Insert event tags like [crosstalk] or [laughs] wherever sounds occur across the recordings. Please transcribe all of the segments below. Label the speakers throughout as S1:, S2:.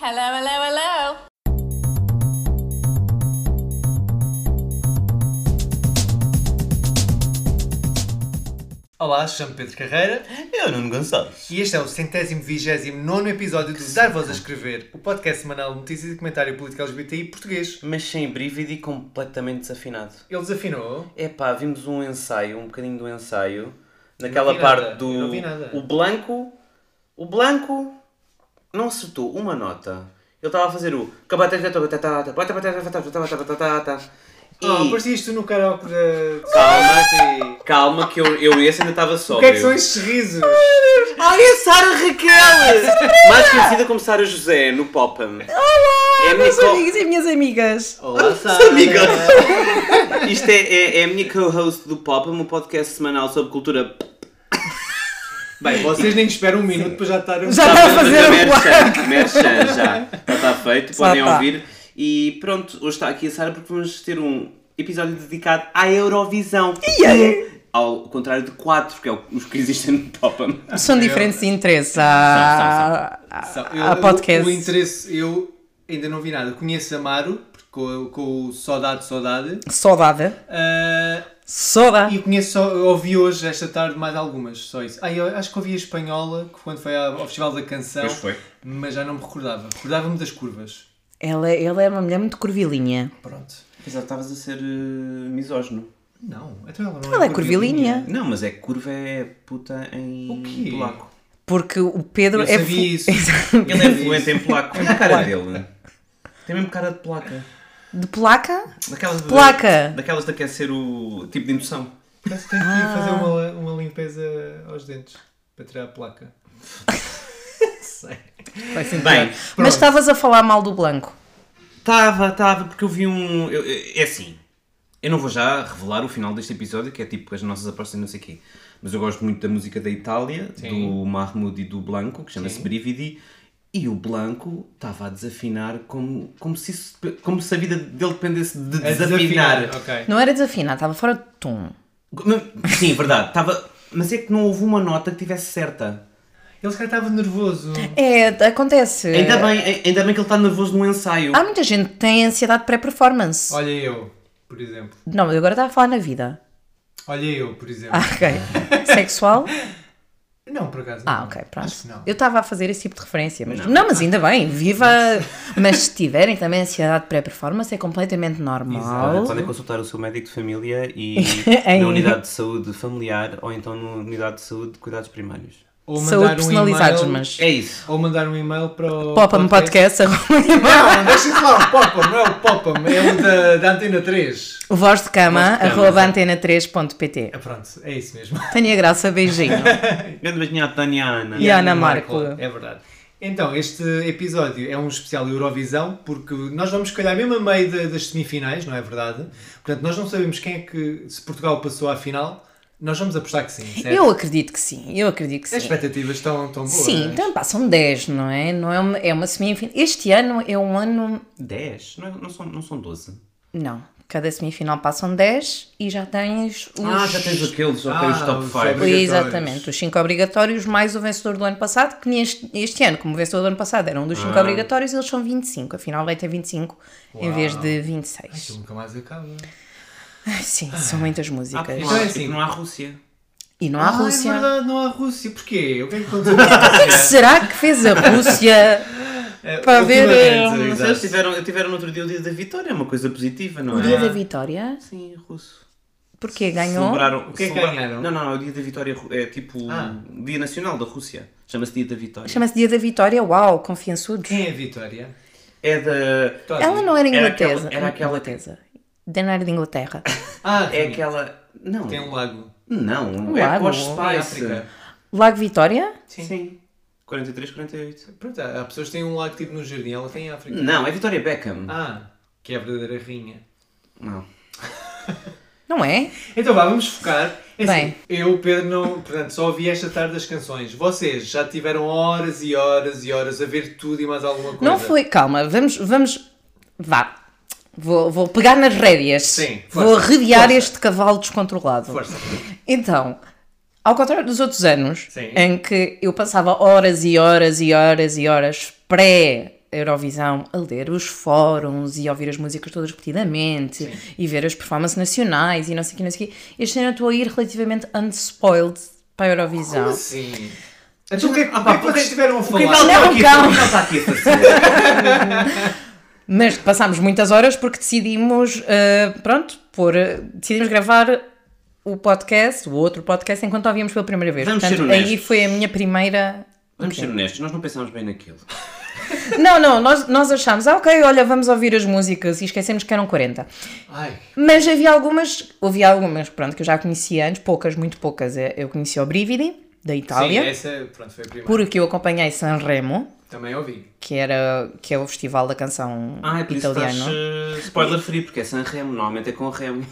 S1: Hello, hello, hello!
S2: Olá, chamo Pedro Carreira
S3: Eu, Nuno Gonçalves.
S2: e este é o centésimo vigésimo nono episódio do Dar Voz a Escrever, o podcast semanal de notícias e comentário político LGBTI português.
S3: Mas sem brívido e completamente desafinado.
S2: Ele desafinou.
S3: Epá, vimos um ensaio, um bocadinho do ensaio, naquela
S2: vi nada,
S3: parte do.
S2: eu não vi nada.
S3: O Blanco. O Blanco não acertou uma nota. Ele estava a fazer o.
S2: Ah, oh,
S3: E...
S2: parecia isto no karaoke da...
S3: Calma, calma, que eu, eu esse ainda estava só.
S2: O que é que são estes risos?
S3: Ai, é Sara Raquel! Mais conhecida como Sara José, no Popam. Olá, é a minha
S4: Meus
S3: co-
S4: amigos e minhas amigas.
S3: Olá, Sara! [laughs] Isto é, é, é a minha co-host do Popam, um podcast semanal sobre cultura...
S2: Bem, vocês nem esperam um minuto para já estarem...
S4: Já está a fazer o
S3: merchan,
S4: plano.
S3: merchan já. Já está feito,
S4: Já
S3: podem
S4: está.
S3: ouvir. E pronto, hoje está aqui a Sara porque vamos ter um episódio dedicado à Eurovisão. Um, Ao contrário de quatro, que é o- os que existem no Popam.
S4: São diferentes interesses à,
S2: São-
S4: à,
S2: eu-
S4: à
S2: eu-
S4: podcast.
S2: O interesse, eu ainda não vi nada. Conheço Amaro, porque com, com o Saudade, Saudade.
S4: Saudade.
S2: Ah,
S4: Saudade.
S2: E conheço só, eu ouvi hoje, esta tarde, mais algumas, só isso. Ah, eu acho que ouvi a espanhola que quando foi ao ao Festival da Canção,
S3: Pois foi.
S2: mas já não me recordava. Recordava-me das curvas.
S4: Ela, ela é uma mulher muito curvilinha.
S2: Pronto.
S3: Apesar de estavas a ser eh, misógino.
S2: Não, então ela não
S4: Ela é curvilinha.
S3: Não, mas é que curva é puta em
S2: O quê?
S3: polaco.
S4: Porque o Pedro
S2: Eu
S4: é.
S2: sabia isso.
S4: Exato.
S3: Ele é fluente em polaco. Olha a cara dele. Tem mesmo cara de placa.
S4: De placa?
S3: Daquelas de,
S4: Placa.
S3: Daquelas de aquecer o tipo de indução.
S2: Parece que tem que ir
S4: Ah.
S2: fazer uma, uma limpeza aos dentes para tirar a placa. Sei.
S4: Vai ser
S3: Bem,
S4: pior. Mas estavas a falar mal do Blanco.
S3: Tava, tava, porque eu vi um. eu- é assim. Eu não vou já revelar o final deste episódio, que é tipo as nossas apostas e não sei o quê. Mas eu gosto muito da música da Itália, do Mahmoud e do Blanco, que chama-se Brividi. E o Blanco estava a desafinar como, como, se isso- como se a vida dele dependesse de
S2: É
S3: desafinar.
S2: Ok.
S4: Não era desafinado, estava fora de tom.
S3: Não- Sim, verdade. Tava, mas é que não houve uma nota que tivesse certa.
S2: Ele se calhar estava nervoso.
S4: É, acontece.
S2: Então-
S3: Ainda bem, eh, ainda bem que ele está nervoso no ensaio.
S4: Há muita gente que tem ansiedade pré-performance.
S2: Olha eu, por exemplo.
S4: Não, mas agora estava a falar na vida.
S2: Olha eu, por exemplo.
S4: Ah,
S2: [laughs]
S4: ok. Sexual?
S2: Não, por acaso.
S4: Ah,
S2: não.
S4: ok, pronto.
S2: Acho que não.
S4: Eu estava a fazer esse tipo de referência, mas não, mas ainda bem, viva! mas se tiverem também ansiedade pré-performance, é completamente normal.
S3: Ah, Podem consultar o seu médico de família
S4: [laughs]
S3: e
S4: Em-
S3: na unidade de saúde familiar ou então na unidade de saúde de cuidados primários.
S2: Ou
S4: Saúde personalizados,
S2: um e-mail-
S4: mas.
S3: É isso.
S2: Ou mandar um e-mail para o.
S4: Popa-me podcast, arroba- [laughs]
S2: Não, deixa-se lá o Popam, não é o Popam, é o da, da Antena 3.
S4: voz de cama,
S3: Voz de cama,
S4: arroba
S3: exato.
S4: antena3.pt.
S2: É pronto, é isso mesmo.
S4: Tânia Graça, beijinho.
S3: Grande beijinho à Tânia Ana.
S4: E a Ana Marco.
S2: É verdade. Então, este episódio é um especial Eurovisão, porque nós vamos, se calhar, mesmo a meio da- das semifinais, não é verdade? Portanto, nós não sabemos quem é que, se Portugal passou à final, nós vamos apostar que sim, certo? É
S4: Eu acredito que sim, eu acredito que
S2: As
S4: sim.
S2: expectativas estão, estão boas. é?
S4: Sim, então pá, são 10, não é? Não é uma, é uma semifinal. Este ano é um ano.
S3: 10? Não, é- não são, não são 12.
S4: Não, cada semifinal passam 10 e já tens os.
S3: Ah, já tens aqueles, ok,
S2: Ah,
S3: os top
S2: os
S3: 5.
S2: sobre-
S4: Pois,
S2: Obrigatórios.
S4: Exatamente, os 5 obrigatórios mais o vencedor do ano passado, que neste este ano, como o vencedor do ano passado era um dos 5
S3: Ah.
S4: obrigatórios, eles são 25, afinal vai ter 25 em vez de 26.
S2: Isto nunca mais acaba.
S4: Ai, sim, são muitas músicas.
S2: Então é assim.
S3: Ah, não há Rússia.
S4: E não há
S2: Ah,
S4: Rússia.
S2: É verdade, não há Rússia. Porquê? O que é que
S4: [laughs]
S2: aconteceu?
S4: O que é que será que fez
S2: [laughs]
S4: a Rússia?
S2: É,
S4: Para ver,
S2: ultimamente,
S4: eh,
S3: Ah, Não sei,
S2: exato.
S3: eles tiveram, eles tiveram no outro dia o dia da vitória, é uma coisa positiva, não
S4: O
S3: é?
S4: dia da vitória?
S3: Sim, russo.
S4: Porque ganhou?
S3: Celebraram,
S2: O que é que
S3: celebra-
S2: ganharam?
S3: Não, não, não, o dia da vitória ru- é tipo
S2: Ah.
S3: Dia Nacional da Rússia. Chama-se Dia da Vitória.
S4: Chama-se Dia da Vitória? Uau, confiançudos.
S2: Quem é a Vitória?
S3: É da.
S4: Ela não era
S3: Era
S4: inglesa.
S3: aquela- era aquela-
S4: inglesa. Não era de Inglaterra.
S2: Ah,
S3: É
S2: sim.
S3: aquela. Não.
S2: Tem um lago.
S3: Não,
S4: Um
S3: é
S4: lago,
S3: Posh
S4: ou
S2: Em
S3: Spice.
S2: África.
S4: Lago Vitória?
S3: Sim. 43, 48.
S2: Pronto, há há pessoas que têm um lago tipo no jardim, ela tem em África.
S4: Hum.
S3: Não, é Vitória Beckham.
S2: Ah, que é a verdadeira rainha.
S3: Não.
S4: Não é?
S2: Então vá, vamos focar. É
S4: Bem.
S2: assim, eu, Pedro, não, portanto, só ouvi esta tarde as canções. Vocês já tiveram horas e horas e horas a ver tudo e mais alguma coisa.
S4: Não foi. Calma, vamos. vamos vá. Vou, vou pegar nas rédeas.
S2: Sim,
S4: Vou
S2: força,
S4: arredear
S2: força.
S4: este cavalo descontrolado.
S2: Força.
S4: Então, ao contrário dos outros anos,
S2: Sim.
S4: em que eu passava horas e horas e horas e horas pré-Eurovisão a ler os fóruns e a ouvir as músicas todas repetidamente e ver as performances nacionais e não sei o que, não sei o que, este ano eu estou a ir relativamente unspoiled para a Eurovisão.
S2: Como assim? Então o que é que, o que é que vocês tiveram a tá
S3: O que é que
S2: falar?
S3: ela
S4: Não,
S3: está aqui? a fazer? O que é que ela está aqui a fazer?
S4: Mas passámos muitas horas porque decidimos, eh, pronto, pôr, eh, decidimos gravar o podcast, o outro podcast, enquanto ouvíamos pela primeira vez.
S3: Vamos ser
S4: Portanto,
S3: honestos.
S4: aí foi a minha primeira.
S3: Vamos ser honestos, nós não pensámos bem naquilo.
S4: Não, não, nós, nós achámos, ah, ok, olha, vamos ouvir as músicas e esquecemos que eram 40.
S2: [laughs] Ai,
S4: Mas havia algumas, havia algumas, pronto, que eu já conhecia antes, poucas, muito poucas. Eh, Eu conheci o Brividi, da
S2: sim,
S4: Itália,
S3: é
S2: essa pronto, foi a primeira.
S4: porque eu acompanhei Sanremo,
S2: Também ouvi.
S4: que, era, que é o festival da canção
S3: Ah, é por isso que
S4: italiana.
S3: estás eh, spoiler free, porque é San Remo, normalmente é
S2: [laughs]
S3: com Remo.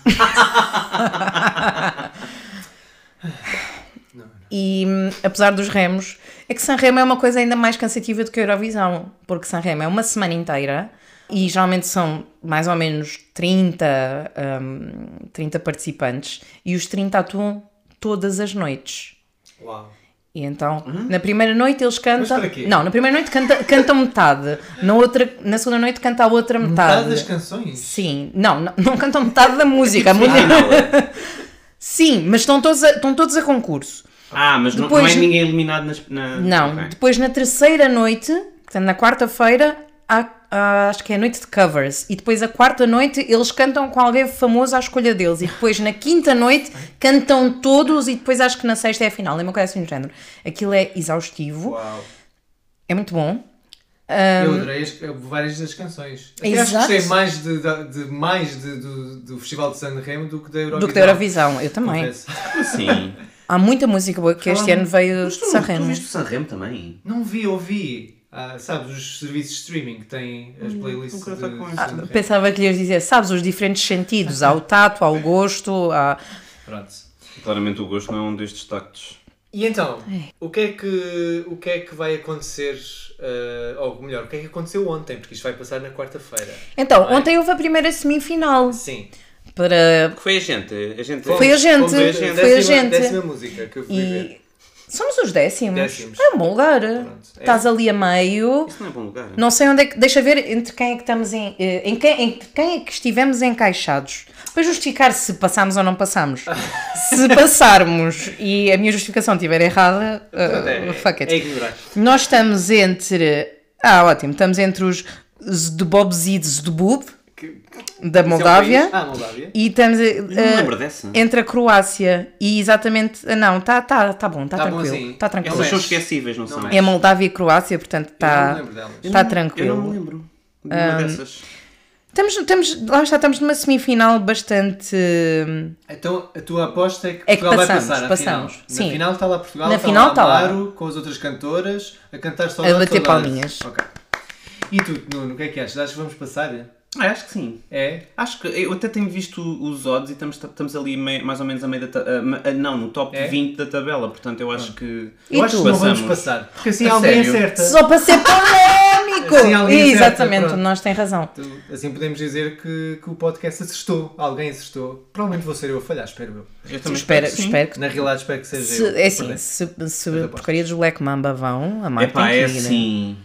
S4: E hum, apesar dos remos, é que Sanremo é uma coisa ainda mais cansativa do que a Eurovisão, porque Sanremo é uma semana inteira e geralmente são mais ou menos 30, hum, 30 participantes e os 30 atuam todas as noites.
S2: Uau.
S4: E então, na primeira noite eles cantam.
S2: Hum? para quê?
S4: Não, na primeira noite canta, cantam metade, na, outra, na segunda noite canta a outra metade.
S2: Metade das canções?
S4: Sim, não, não, não cantam metade da música. a música-
S2: é?
S4: [laughs] Sim, mas estão todos, a, estão todos a concurso.
S3: Ah, mas não-
S4: Depois-
S3: não é ninguém eliminado nas, na.
S4: Não,
S3: Ok.
S4: depois na terceira noite, portanto na quarta-feira, há- há- acho que é a noite de covers. E depois a quarta noite eles cantam com alguém famoso à escolha deles. E depois na quinta noite cantam todos e depois acho que na sexta é a final. É uma coisa assim do género. Aquilo é exaustivo,
S2: Uau.
S4: é muito bom.
S2: Eu adorei as- várias das canções. Até acho que
S4: Hum. Exato.
S2: gostei mais, de, da- de- mais de- do, do Festival de San Remo do que da Eurovisão.
S4: Do que da Eurovisão, eu também.
S2: Confesso.
S4: [laughs]
S3: Sim.
S4: Há muita música boa que este
S3: Fala-me.
S4: ano veio de
S3: assim? Mas tu, tu
S4: Sanremo.
S3: viste o San Remo também?
S2: Não vi, ouvi. Ah, sabes, os serviços de streaming que têm
S4: Hum,
S2: as playlists de
S3: nunca tá com
S2: de
S3: isso.
S2: San Remo.
S4: Pensava que lhe ias dizer, sabes, os diferentes sentidos,
S3: [laughs]
S4: ao tato, ao gosto, à-
S2: Pronto.
S3: Claramente o gosto não é um destes tactos.
S2: E então, o que é que, o que, é que vai acontecer, ah, ou melhor, o que é que aconteceu ontem, porque isto vai passar na quarta-feira.
S4: Então, ontem houve a primeira semifinal
S2: Sim.
S4: para,
S3: Foi a gente. A gente
S4: Foi a gente,
S2: Como vês,
S4: foi a
S2: décima,
S4: gente.
S2: Décima música que eu fui ver.
S4: E somos os décimos.
S2: Décimos.
S4: É um bom lugar.
S2: Pronto.
S4: Estás ali a meio.
S3: Isso não é bom lugar.
S4: Não sei onde é que. Deixa ver entre quem é que estamos em. eh, Em quem, em quem é que estivemos encaixados. Para justificar se passámos ou não
S2: [laughs]
S4: passámos. se passarmos e a minha justificação estiver errada, eh,
S2: É,
S4: fuck
S2: é
S4: it.
S2: ignorar.
S4: Nós estamos entre. Ah, ótimo. Estamos entre os Zdubobs e Zdubub
S2: Que- Isso
S4: da
S2: é um
S4: Moldávia.
S2: país? Ah, Moldávia.
S4: E estamos. eh, é
S3: Eu não me lembro dessa.
S4: entre a Croácia e exatamente. Não, está tá, tá bom, está
S2: Tá bom,
S4: tranquilo.
S3: assim.
S2: sim.
S4: Está tranquilo.
S3: Essas são
S2: Não é.
S3: esquecíveis, não, são?
S4: É Moldávia e Croácia, portanto
S2: Eu não
S4: está
S2: me lembro delas.
S4: tá
S3: Eu não me
S4: tranquilo.
S3: lembro. de Uma dessas.
S4: Estamos, estamos, lá está, estamos numa semifinal bastante. hum,
S2: Então a tua aposta é que
S4: É que
S2: Portugal
S4: passamos,
S2: vai passar
S4: passamos.
S2: afinal.
S4: Sim.
S2: Na final está lá Portugal,
S4: Na
S2: está
S4: final
S2: lá
S4: está lá.
S2: Amaro, com as outras cantoras, a cantar só
S4: A bater palminhas.
S2: Ok. E tu, Nuno, o que é que achas? Achas que vamos passar?
S3: Ah, acho que sim.
S2: É?
S3: Acho que eu até tenho visto os odds e estamos, estamos ali meio- mais ou menos a meio da ta- ah, ma- ah, não, no top
S2: É?
S3: 20 da tabela, portanto eu acho que
S4: E
S2: Eu acho
S4: tu?
S2: que não vamos
S3: Passamos.
S2: passar. Porque assim
S3: A
S2: alguém
S3: sério?
S2: acerta.
S4: Só
S3: [laughs]
S4: para ser polémico!
S2: Assim alguém acerta,
S4: Exatamente,
S2: pronto.
S4: nós tem razão.
S2: Tu- Assim podemos dizer que, que o podcast acertou. Alguém acertou. Provavelmente vou ser eu a falhar, espero eu.
S3: eu também
S4: Espero,
S3: que sim.
S4: espero que.
S2: Na realidade espero que seja
S4: Se,
S2: eu.
S4: é
S2: a
S4: assim,
S2: perder.
S4: se, se
S2: aposto.
S4: porcaria dos Black Mamba vão, a marca
S3: Epá,
S4: tem
S3: é
S4: que ir,
S3: assim.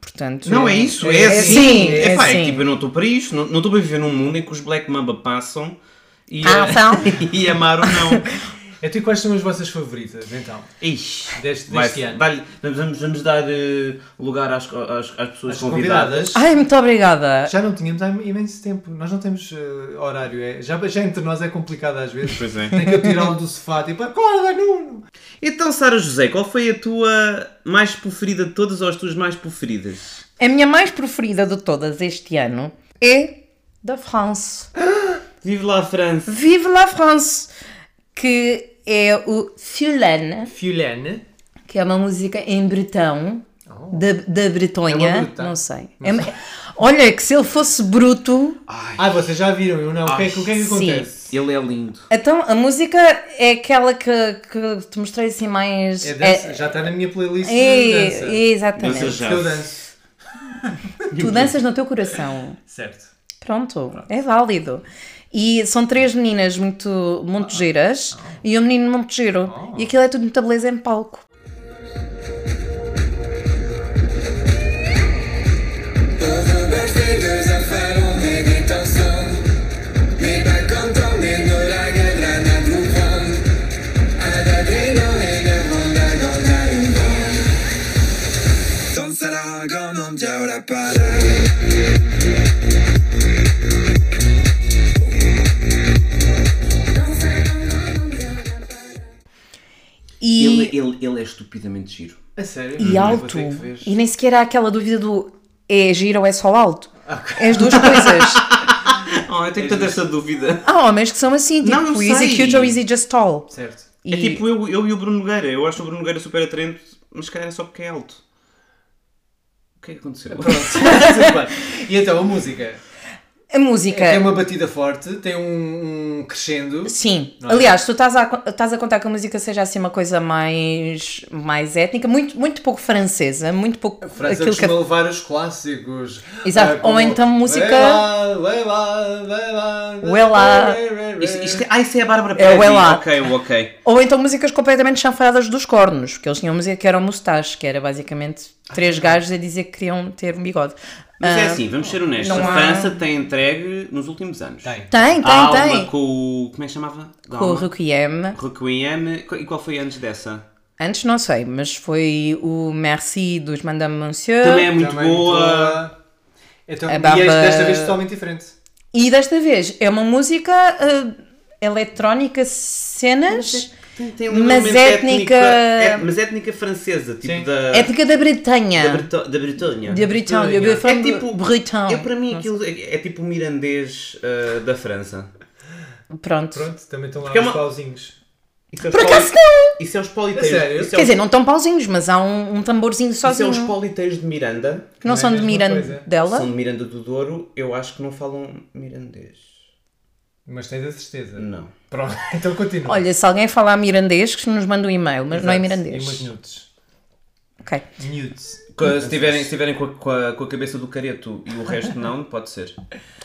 S4: Portanto,
S3: Não é isso, é,
S2: É
S3: assim.
S4: assim, é
S3: Epá,
S4: assim.
S3: é tipo, eu não estou para isto, não não estou para viver num mundo em que os Black Mamba passam e,
S4: Ah,
S3: [laughs]
S4: são?
S3: e Amaro não.
S2: Então e quais são as vossas favoritas, então?
S3: Ixi,
S2: Deste-
S3: vai-
S2: deste ano.
S3: vai- vamos, vamos- vamos dar eh, lugar às, às- às pessoas
S2: As
S3: convidadas.
S2: convidadas.
S4: Ai, muito
S3: Ah.
S4: obrigada.
S2: Já não tínhamos há imenso tempo. Nós não temos eh, horário. É, já, já entre nós é complicado às vezes.
S3: Pois é.
S2: Tem que eu tirá-lo do sofá. Tipo, acorda, Nuno!
S3: Então, Sara José, qual foi a tua mais preferida de todas ou as tuas mais preferidas?
S4: A minha mais preferida de todas este ano é da France.
S3: Vive lá a França.
S4: Vive la France, que é o Fulane,
S2: Fulane.
S4: que é uma música em bretão, da, da Bretonha,
S2: Oh. É uma bretã.
S4: não sei. É uma- Olha, que se ele fosse bruto.
S2: Ah, vocês já viram, eu não. O que é que, o que, é que
S4: Ah, Sim.
S2: acontece?
S3: Ele é lindo.
S4: Então, a música é aquela que, que te mostrei assim mais.
S2: É dança, já está na minha playlist de dança.
S4: é, exatamente.
S3: Dança já.
S2: Eu danço.
S4: Tu danças no teu coração.
S2: Certo.
S4: Pronto, é válido. E são três meninas muito,
S3: Ah,
S4: muito giras e um menino muito giro. E aquilo é tudo muita beleza em palco.
S5: Over my fingers I find all the guitar song Mais pas content mais no la gueule la natte vous prend A la grino et le ronda gonna une bombe Danse la gonna un diao la pala Danse la gonna un diao la pala
S4: E,
S3: Ele, ele, ele é estupidamente giro.
S2: A sério?
S4: e alto.
S3: ter que ver.
S4: E nem sequer há aquela dúvida do é giro ou é só alto. É as
S3: [laughs]
S4: duas coisas.
S3: Oh, eu tenho tanta essa dúvida.
S4: Há homens que são assim, tipo,
S3: Não, eu
S4: easy
S3: sei.
S4: cute ou easy just tall.
S2: Certo. [laughs]
S4: E,
S3: É tipo eu, eu e o Bruno Nogueira. Eu acho o Bruno Nogueira super atraente, mas se calhar é só porque é alto. O que é que aconteceu?
S2: Pronto. e então, a música.
S4: a música.
S3: é
S2: Tem uma batida forte, tem um, um crescendo.
S4: Sim.
S2: é?
S4: Aliás, tu estás a, estás a contar que a música seja assim uma coisa mais, mais étnica, muito, muito pouco francesa, muito pouco
S2: A França
S4: aquilo que é-
S2: costuma levar os clássicos.
S4: Exato.
S2: Ah, como
S4: Ou então música-
S2: Lei lá, lei lá, lei lá.
S4: Uela.
S3: [laughs] Isto- isto é- ah, isso é a Bárbara
S4: É o Elá.
S3: Ok, ok.
S4: Ou então músicas completamente chanfradas dos cornos, porque eles tinham música que era o mustache, que era basicamente três gajos a dizer que queriam ter um bigode.
S3: Ah. Mas é
S4: Ah,
S3: assim, vamos ser honestos.
S4: não
S3: A
S4: há-
S3: França tem entregue nos últimos anos.
S2: Tem.
S4: Tem, tem,
S3: Há
S4: tem.
S3: uma com o... Como é que chamava?
S4: Com o Requiem.
S3: Requiem. E qual foi antes dessa?
S4: Antes não sei, mas foi o Merci dos Madame Monsieur.
S3: Também é muito
S2: Também
S3: boa.
S2: Então,
S4: A
S2: e
S4: Baba-
S2: este, desta vez totalmente diferente.
S4: E desta vez é uma música ah, eletrónica, cenas.
S3: Tem- tem
S4: Mas
S3: elemento
S4: um étnica-
S3: É, mas étnica francesa,
S2: Sim.
S3: tipo da...
S4: Ética É da
S3: Da,
S4: Bretanha.
S3: Breto- da Bretonha.
S4: De Bretanha.
S2: Bretanha.
S4: Eu
S3: É
S4: falo
S3: tipo...
S4: Bretanha.
S3: Eu, para mim, aquilo é, é tipo o mirandês ah, da França.
S4: Pronto.
S2: Pronto, também estão lá
S3: Porque é
S2: os
S3: uma-
S2: pauzinhos.
S3: Isso é os
S4: Por acaso
S3: poli- Isso é os politeiros.
S2: A sério?
S3: Isso é
S4: Quer
S3: os-
S4: dizer, não estão pauzinhos, mas há um, um tamborzinho
S3: Isso é
S4: sozinho.
S3: os politeiros de Miranda.
S4: que
S2: Não
S4: não,
S2: é
S4: são
S2: a
S4: de
S2: mesma
S4: Miranda
S2: coisa.
S4: dela.
S3: São de Miranda do Douro. Eu acho que não falam mirandês.
S2: Mas tens a certeza.
S3: Não.
S2: Pronto, [laughs] então continua.
S4: Hum. Olha, se alguém falar mirandês, que nos manda um e-mail, mas não é
S2: Exato.
S4: mirandês.
S2: E umas nudes.
S4: Ok.
S2: Nudes.
S3: Co- Se tiverem, se tiverem com, a, com a- com a cabeça do careto e o resto não, pode ser.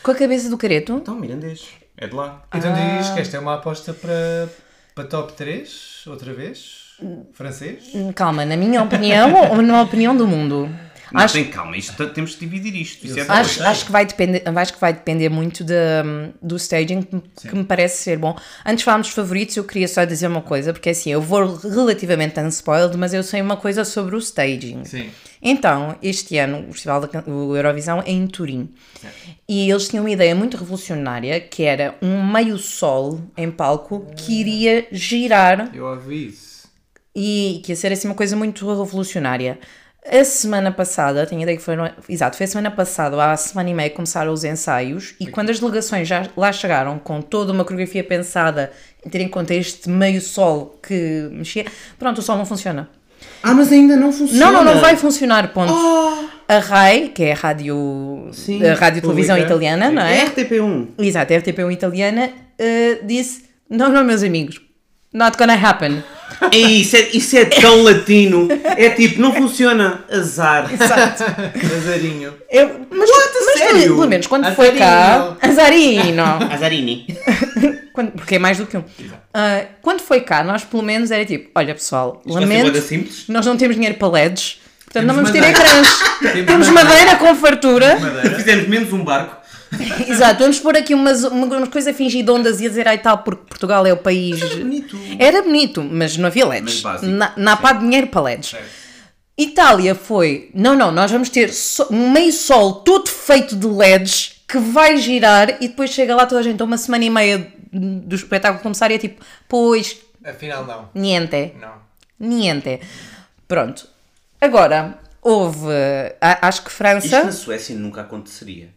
S4: Com a cabeça do careto?
S3: Então, mirandês. É de lá.
S2: Então
S4: Ah.
S2: diz que esta é uma aposta para, para top 3, outra vez? Francês?
S4: Hum, Calma, na minha opinião [laughs] ou na opinião do mundo?
S3: Não,
S4: acho,
S3: tem calma. Isto, t- temos de dividir isto. Isso é
S4: acho,
S3: depois.
S4: acho que vai depender, acho que vai depender muito da- do staging, que, me- que me parece ser bom. Antes de falarmos dos favoritos, eu queria só dizer uma coisa, porque assim, eu vou relativamente unspoiled, mas eu sei uma coisa sobre o staging.
S2: Sim.
S4: Então, este ano, o Festival da Can- o Eurovisão é em Turim. E eles tinham uma ideia muito revolucionária, que era um meio-sol em palco que iria girar
S2: Eu ouvi isso.
S4: e que ia ser assim uma coisa muito revolucionária. A semana passada, tenho a ideia que foi. no- Exato, foi a semana passada, há semana e meia, começaram os ensaios e quando as delegações já lá chegaram com toda uma coreografia pensada em ter em conta este meio-sol que mexia, pronto, o sol não funciona.
S3: Ah, mas ainda não funciona. Ah!
S4: Não, não, não vai funcionar, ponto. A RAI, que é a rádio,
S3: Sim,
S4: a rádio e televisão
S2: pública.
S4: italiana, não
S3: É
S4: é?
S3: RTP1.
S4: Exato, a RTP1 italiana, eh, disse, não, não, meus amigos, not gonna happen.
S3: Ei, isso, é, isso é tão latino. É tipo, não funciona. Azar.
S2: Lazarinho.
S4: Eu- mas mas
S3: sério?
S4: pelo- pelo menos quando foi cá, Azarino,
S3: Azarini.
S4: Quando- porque é mais do que um. Ah, quando foi cá, nós pelo menos era tipo, olha pessoal,
S3: Isto vai ser bué
S4: lamento,
S3: da simples.
S4: nós não temos dinheiro para LEDs, portanto não
S2: Temos
S4: vamos ter
S2: madeira.
S3: [laughs]
S4: ecrãs. Temos madeira com fartura.
S3: Fizemos menos um barco.
S4: [laughs] Exato, vamos pôr aqui umas, uma, uma coisa fingidondas e a dizer ai tal, porque Portugal é o país.
S3: bonito.
S4: Era bonito, mas não havia LEDs.
S3: Mas básico.
S4: Na, na pá dinheiro para LEDs. Itália foi, não, não, nós vamos ter so- um meio sol todo feito de LEDs que vai girar e depois chega lá toda a gente, a uma semana e meia do espetáculo começar e é tipo, pois,
S2: Afinal, não.
S4: niente.
S2: Não.
S4: Niente. Pronto. Agora, houve. a- Acho que França.
S3: Isto na Suécia nunca aconteceria.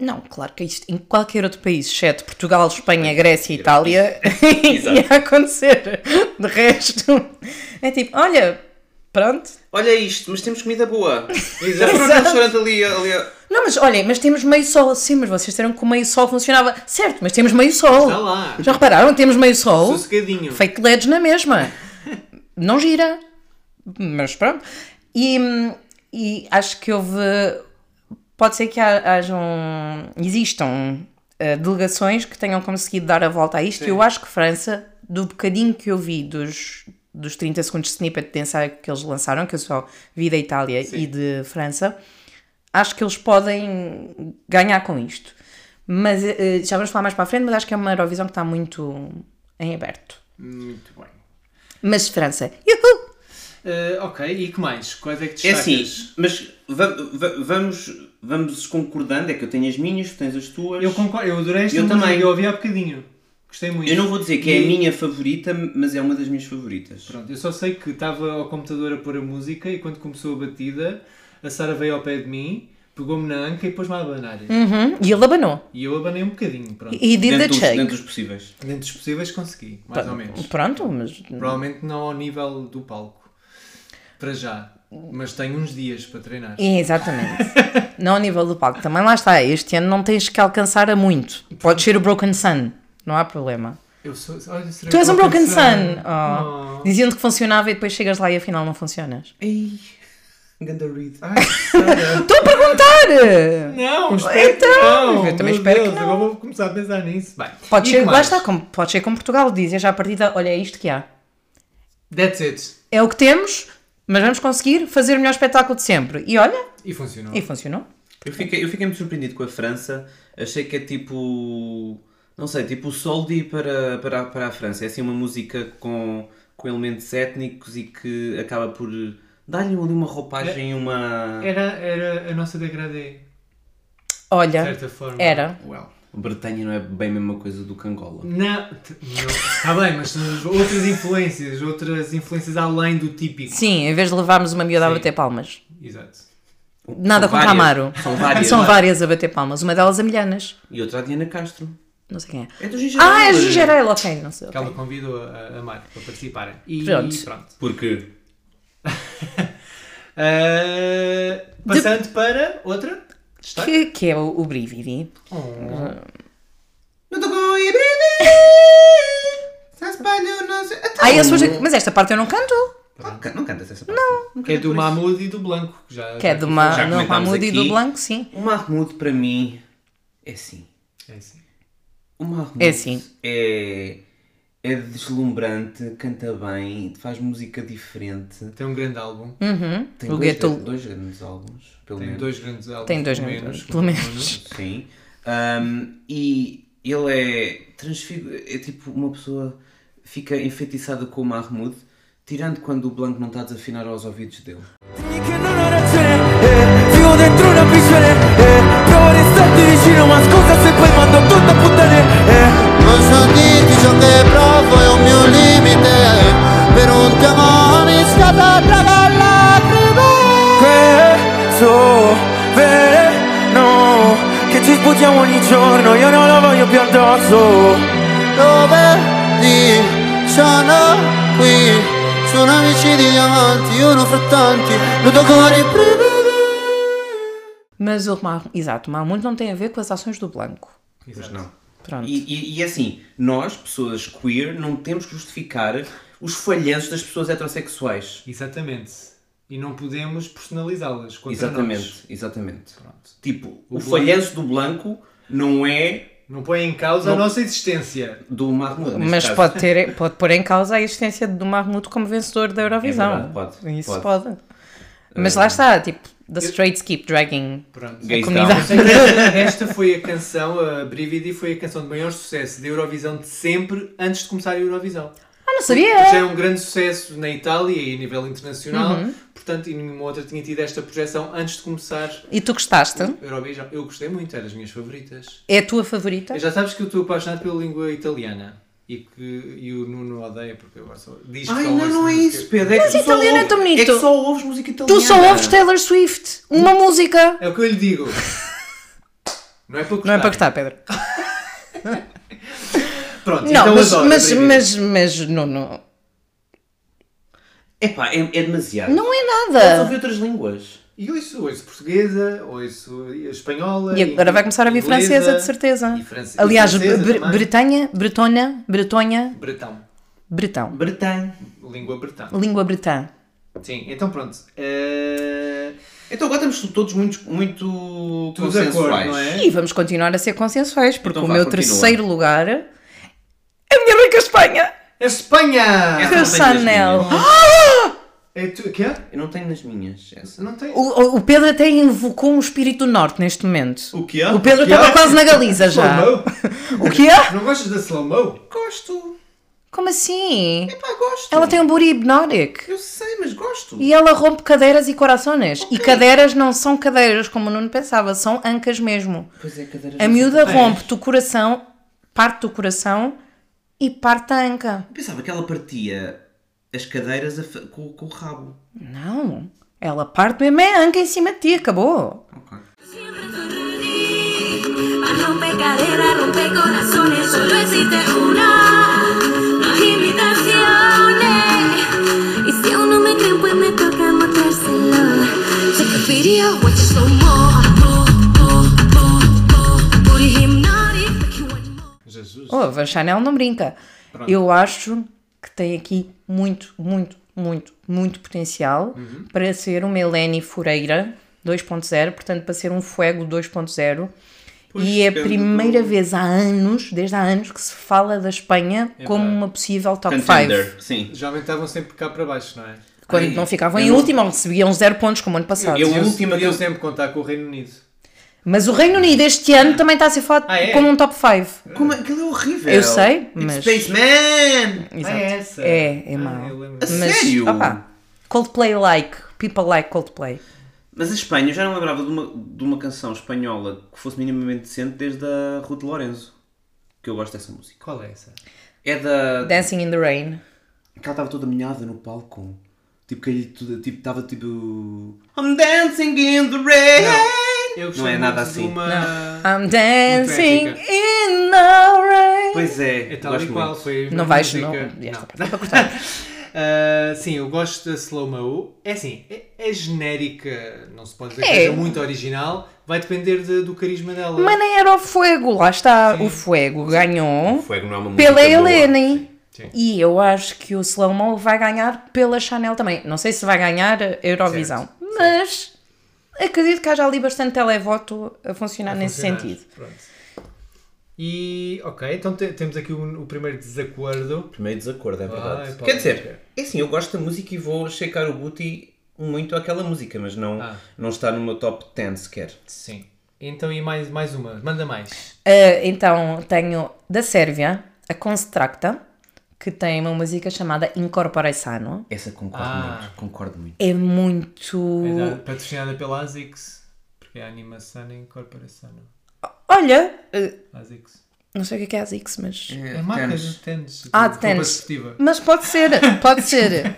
S4: Não, claro que isto em qualquer outro país, exceto Portugal, Espanha, Grécia e
S6: [laughs]
S4: [laughs] Itália, ia acontecer. De resto, é tipo, olha, Pronto.
S3: Olha isto, mas temos comida boa.
S4: [laughs]
S6: é,
S3: Já foram aquele restaurante ali, ali.
S4: Não, mas olhem, mas temos meio sol. Sim, mas vocês disseram que o meio sol funcionava. Certo, mas temos meio sol.
S6: Está lá.
S4: Já repararam? Temos meio sol.
S6: Sossegadinho.
S4: Fake LEDs na mesma. Não gira. Mas pronto. E, e acho que houve. Pode ser que ha- hajam. Existam eh, delegações que tenham conseguido dar a volta a isto. Eu acho que França, do bocadinho que eu vi dos, dos 30 segundos de snippet de ensaio que eles lançaram, que eu só vi da Itália e de França, acho que eles podem ganhar com isto. Mas eh, já vamos falar mais para a frente, mas acho que é uma Eurovisão que está muito em aberto.
S6: Muito bem.
S4: Mas França, Uhul!
S6: Eh, ok, e que mais? Quais é que
S3: É
S6: destacas?
S3: assim, mas va- va- vamos, vamos concordando, é que eu tenho as minhas, tu tens as tuas.
S2: Eu concordo, eu adorei esta
S3: Eu
S2: música,
S3: também.
S2: eu ouvi há bocadinho. Gostei muito.
S3: Eu não vou dizer que é
S2: E-
S3: a minha favorita, mas é uma das minhas favoritas.
S2: Pronto, eu só sei que estava ao computador a pôr a música e quando começou a batida, a Sara veio ao pé de mim, pegou-me na anca e pôs-me a abanar.
S3: Hum.
S4: Uhum. E ele abanou.
S2: E eu abanei um bocadinho, pronto.
S4: E did
S3: Dentro
S4: the
S3: dos,
S4: shake.
S3: dentro dos possíveis.
S2: Dentro dos possíveis consegui, mais ou menos.
S4: Pronto, mas.
S2: Provavelmente não ao nível do palco. Para já.
S3: Hum.
S2: Mas tenho uns dias para treinar.
S4: É, Exatamente. [laughs] não ao nível do palco. Também lá está. Este ano não tens que alcançar a muito. Pode ser o Broken Sun. Não há problema.
S2: Eu sou. Olha, será
S4: Tu és um
S2: que vou
S4: Broken
S2: alcançar?
S4: Sun. Oh. Diziam-te que funcionava e depois chegas lá e afinal não funcionas.
S3: Ei, ganda Reed.
S4: [laughs]
S2: Ai, Sara.
S4: Estou a perguntar!
S2: não, espero
S4: Então,
S2: que não.
S4: eu
S2: Meu
S4: também espero que
S2: Deus,
S4: não.
S2: Agora vou começar a pensar nisso. Bem,
S4: Pode
S2: e
S4: ser,
S2: que
S4: lá
S2: mais?
S4: está, como, pode ser como Portugal diz, é já a partida, olha, é isto que há.
S2: That's it.
S4: É o que temos, mas vamos conseguir fazer o melhor espetáculo de sempre. E olha,
S2: E funcionou.
S4: e funcionou.
S3: Eu fiquei, eu fiquei muito surpreendido com a França. Achei que é tipo. Não sei, tipo o Soldi para, para, para a França. É assim uma música com, com elementos étnicos e que acaba por dar-lhe ali uma
S4: É.
S3: roupagem, uma.
S2: Era, era a nossa degradê, de
S4: Olha,
S2: certa forma.
S4: era.
S2: Well.
S3: Bretanha não é bem a mesma coisa do que Angola.
S2: Não, t- não. Está bem, mas são as outras influências, outras influências além do típico.
S4: Sim, em vez de levarmos uma miúda a bater palmas.
S2: Exato.
S4: Nada
S3: São
S4: contra a
S3: várias.
S4: Amaro.
S3: São várias. é?
S4: São várias a bater palmas. Uma delas a Milhanas.
S3: E outra a Diana Castro.
S4: Não sei quem é.
S3: É do Gingerel.
S4: Ah, é a Gingerela, ok. Não sei.
S2: Que ela convidou a, a Marco para participarem. E
S4: Pronto.
S2: pronto.
S3: Porque.
S2: Ah, passando para outra. Destaque.
S4: Que, que é o, o Brividi.
S3: Não estou com a
S4: Ah, esse hoje- Mas esta parte eu não canto.
S3: tá Não, não cantas essa parte. Não.
S2: Que é do Mahmoud e do Blanco. que Já,
S4: Que é
S2: já
S4: do
S2: aqui
S4: Ma-
S3: já
S4: do
S3: comentámos
S4: Mahmoud e do
S3: aqui.
S4: Blanco, sim.
S3: O Mahmoud para mim é assim.
S2: foi- É assim.
S3: O Mahmoud
S4: É assim.
S3: é, é deslumbrante, canta bem, faz música diferente.
S2: Tem um grande álbum.
S4: Uhum.
S3: Tem
S4: O
S3: dois,
S4: Gueto-
S3: gran- dois grandes álbuns, pelo
S2: Tem
S3: menos.
S2: dois grandes álbuns.
S4: Tem dois
S2: pelo
S4: grandes
S2: menos,
S4: álbuns, pelo menos.
S3: Sim. Ahm, e ele é transfigu... É tipo uma pessoa fica enfeitiçada com o Mahmoud, tirando quando o Blanco não está a desafinar aos ouvidos dele.
S7: che non ho ragione eh, Vivo dentro una prigione eh, Provo a restarti vicino ma scusa se poi mando tutto a puttane eh. Non so dirti ciò che provo è un mio limite Per un tuo amore mi scatta tra le lacrime Questo veleno che ci spugiamo ogni giorno Io non lo voglio più addosso Dove sono qui sono amici di diamanti, uno fra tanti, lo tocco a
S4: Mas o Mahmoud, exato, o Mahmoud não tem a ver com as ações do Blanco.
S3: Mas não.
S4: Pronto.
S3: E, e, e assim, nós, pessoas queer, não temos que justificar os falhanços das pessoas heterossexuais.
S2: Exatamente. E não podemos personalizá-las. contra
S3: Exatamente, exatamente.
S2: nós. Pronto.
S3: Tipo, o,
S2: O
S3: falhanço do Blanco não é
S2: Não põe em causa a
S3: Não.
S2: nossa existência.
S3: do Mahmoud. neste
S4: Mas
S3: caso.
S4: pode, ter, pode pôr em causa a existência do Mahmoud como vencedor da Eurovisão.
S3: É verdade, pode,
S4: Isso pode.
S3: pode. Eh,
S4: Mas lá está, tipo, the straights keep dragging
S2: Pronto.
S3: Gays
S4: a comunidade.
S2: é
S3: down.
S2: Esta foi a canção, a Brividi foi a canção de maior sucesso da Eurovisão de sempre antes de começar a Eurovisão.
S4: Ah, não
S2: Já
S4: sabia!
S2: é um grande sucesso na Itália e a nível internacional,
S3: Uhum.
S2: portanto, e nenhuma outra tinha tido esta projeção antes de começar
S4: E tu gostaste?
S2: a Eurovisão. Eu gostei muito, era das minhas favoritas.
S4: É a tua favorita?
S2: Já sabes que eu estou apaixonado pela língua italiana e que e o Nuno odeia porque agora só diz que
S3: Ai,
S2: só
S3: não,
S2: ouve
S3: não é
S2: música.
S3: isso, Pedro. É que tu
S4: Mas
S3: só
S4: italiano é
S3: ouves-
S4: tão bonito.
S3: É que só ouves música italiana.
S4: Tu só ouves Taylor Swift, uma música.
S2: É o que eu lhe digo. [laughs] Não é para gostar.
S4: Não é para gostar, Pedro.
S2: Pronto,
S4: não,
S2: então
S4: mas,
S2: adoro a
S4: mas,
S2: Brividi.
S4: mas, mas, não, não.
S3: Epá, é, é demasiado.
S4: Não é
S3: Eles
S4: nada.
S3: ouvem outras línguas.
S2: E ouço, ouço portuguesa, ouço espanhola.
S4: E agora vai começar a vir
S2: inglesa,
S4: francesa, de certeza.
S2: E france-
S4: Aliás,
S2: e francesa
S4: Bre-
S2: também.
S4: Bretanha, Bretonha, Bretonha,
S2: Bretão.
S4: Bretão.
S3: Bretanha.
S2: Língua bretão.
S4: Língua bretã.
S2: Sim, então pronto. Eh,
S3: Então agora estamos todos muito, muito
S2: Tudo de acordo,
S3: consensuais.
S2: não é?
S4: E vamos continuar a ser consensuais, porque
S3: Então
S4: o
S3: vá,
S4: meu
S3: continua.
S4: terceiro lugar é a minha rica Espanha.
S2: A Espanha!
S3: Essa
S4: Que
S3: não tenho nas
S4: Chanel.
S3: minhas.
S2: É tu, quê?
S3: Eu não tenho nas minhas. Essa.
S2: Não tem.
S4: Ah! O, o- o Pedro até invocou um espírito do norte neste momento.
S3: O que é?
S4: O Pedro
S2: que é?
S4: estava quase
S2: [laughs]
S4: na Galiza já.
S2: Slow-mo?
S4: O que é?
S2: Não gostas da slow-mo?
S3: Gosto.
S4: Como assim?
S3: Pá, gosto.
S4: Ela tem um booty hipnótico.
S3: Eu sei, mas gosto.
S4: E ela rompe cadeiras e corações. E cadeiras não são cadeiras, como o Nuno pensava, são ancas mesmo.
S3: Pois é, cadeiras
S4: A
S3: não
S4: miúda
S3: são cadeiras.
S4: rompe-te o coração, parte do coração e parte a anca.
S3: Eu pensava que ela partia as cadeiras a fa- com, com o rabo.
S4: Não, ela parte mesmo é a anca em cima de ti, acabou.
S3: Ok.
S8: Más rompe cadera, rompe corazones, solo existe una. No hay imitaciones. Y si aún no me creen, pues me toca mostrárselo. Check the video, watch it slow mo. Bo, bo, bo, bo. Booty hypnotic, make you want more.
S2: Jesus.
S4: Ouve, a Chanel não brinca. Eu acho que tem aqui muito, muito, muito, muito potencial
S3: Uhum.
S4: para ser uma Eleni Fureira 2.0, portanto, para ser um Fuego 2.0. E é a
S3: depende do-
S4: primeira
S3: É
S4: vez há anos, desde há anos, que se fala da Espanha como uma possível top 5.
S3: Contender, sim.
S2: Geralmente estavam sempre cá para baixo, não é?
S4: Quando
S3: Ai,
S4: não ficavam em
S3: eu não-
S4: última, recebiam zero pontos como ano passado.
S3: Eu-
S2: Podiam-
S3: última que
S2: podiam
S3: eu-
S2: sempre contar com o Reino Unido.
S4: Mas o Reino Unido este ano também está a ser falado
S2: Ah, é?
S4: como um top 5.
S3: Como é? Aquilo é horrível.
S4: Eu sei,
S3: It's
S4: mas-
S3: Spaceman!
S4: Exato.
S2: Ah, é essa?
S4: É, é
S2: Ah,
S4: mau.
S2: eu lembro.
S3: A sério?
S4: opá, Coldplay like, people like Coldplay.
S3: Mas a Espanha, eu já não lembrava de uma, de uma canção espanhola que fosse minimamente decente desde a Ruth Lorenzo. Que eu gosto dessa música.
S2: Qual é essa?
S3: É da.
S4: Dancing in the Rain.
S3: que ela estava toda molhada no palco. Tipo, que ele tudo, tipo, estava tipo. I'm dancing in the rain!
S2: Eu
S3: Não é
S2: gostei
S3: nada
S2: muito de
S3: assim.
S2: Uma...
S4: I'm dancing
S2: Muito
S4: in the rain.
S3: Pois é,
S2: É
S3: eu
S2: tal
S3: gosto
S2: e qual,
S3: muito.
S2: foi a
S4: não
S2: mesma
S4: vais,
S2: música.
S4: não.
S2: Não.
S4: Esta parte é para cortar.
S2: [laughs] Ah, sim, eu gosto da Slow Mo. É assim, é, é genérica, não se pode dizer que
S4: É.
S2: seja muito original, vai depender de- do carisma dela.
S4: Mas nem era o Fuego, lá está.
S2: Sim.
S4: O Fuego ganhou
S3: Fuego não é uma
S4: pela
S3: música boa.
S4: Helene.
S2: Sim.
S4: E eu acho que o Slow Mo vai ganhar pela Chanel também. Não sei se vai ganhar a Eurovisão, mas acredito que haja ali bastante televoto a funcionar nesse
S2: funcionar.
S4: sentido.
S2: Pronto. E, ok, então te- temos aqui o, o primeiro desacordo.
S3: Primeiro desacordo, é verdade.
S2: Ai, Ah, pá,
S3: Quer dizer,
S2: ok.
S3: é assim, eu gosto da música e vou checar o booty muito àquela música, mas não,
S2: Ah.
S3: não está no meu top 10 sequer.
S2: Sim. Então, e mais, mais uma? Manda mais.
S4: Ah, então tenho da Sérvia a Constracta, que tem uma música chamada Incorpore Sano.
S3: Essa concordo
S2: Ah.
S3: muito, concordo muito.
S4: É muito.
S2: É da- patrocinada pela ASICS, porque é a animação em corporação.
S4: Olha, eh,
S2: ASICS.
S4: não sei o que é que é a Zix, mas.
S2: É, a marca de tênis.
S4: Ah,
S2: de
S4: de
S2: roupa
S4: tênis.
S2: esportiva.
S4: Mas pode ser, pode ser.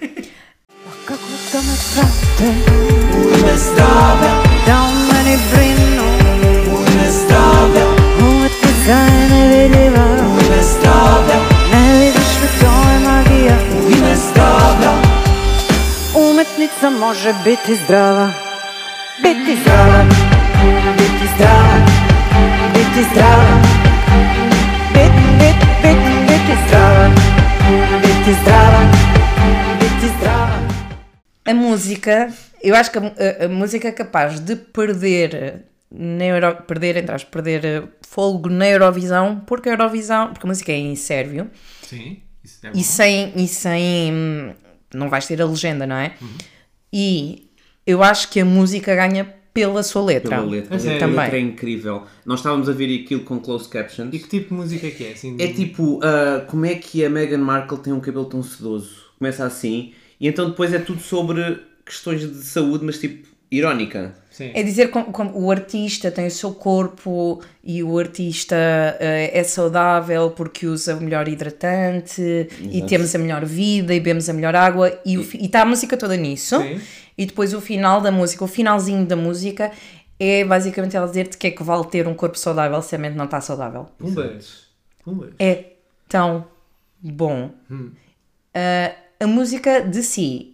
S7: Umetnica može biti zdrava Biti zdrava Biti zdrava Biti zdrava Bit, bit, bit, biti zdrava Biti zdrava Biti zdrava
S4: A música, eu acho que a, mu- a- a música é capaz de perder, na Euro- perder, entre aspas, perder eh, fôlego na Eurovisão, porque a Eurovisão, porque a música é em sérvio,
S2: Sim, isso é bom.
S4: e sem, e sem, hum, não vais ter a legenda, não é?
S3: Uhum.
S4: E eu acho que a música ganha pela sua letra.
S3: Pela letra,
S2: É
S3: a
S2: sério?
S3: letra é
S4: Tá. Também.
S3: incrível. Nós estávamos a ver aquilo com close captions.
S2: E que tipo de música é que é? Assim,
S3: É tipo, ah, como é que a Meghan Markle tem um cabelo tão sedoso? Começa assim, e então depois é tudo sobre questões de saúde, mas tipo, irónica.
S2: Sim.
S4: É dizer como, como o artista tem o seu corpo e o artista eh, é saudável porque usa o melhor hidratante e temos a melhor vida e bebemos a melhor água e, o fi- e está a música toda nisso.
S2: Sim.
S4: E depois o final da música, o finalzinho da música é basicamente ela dizer-te que é que vale ter um corpo saudável se a mente não está saudável.
S2: Pumbas. Pumbas.
S4: É Hum. tão bom. Ah, a Eh, música de si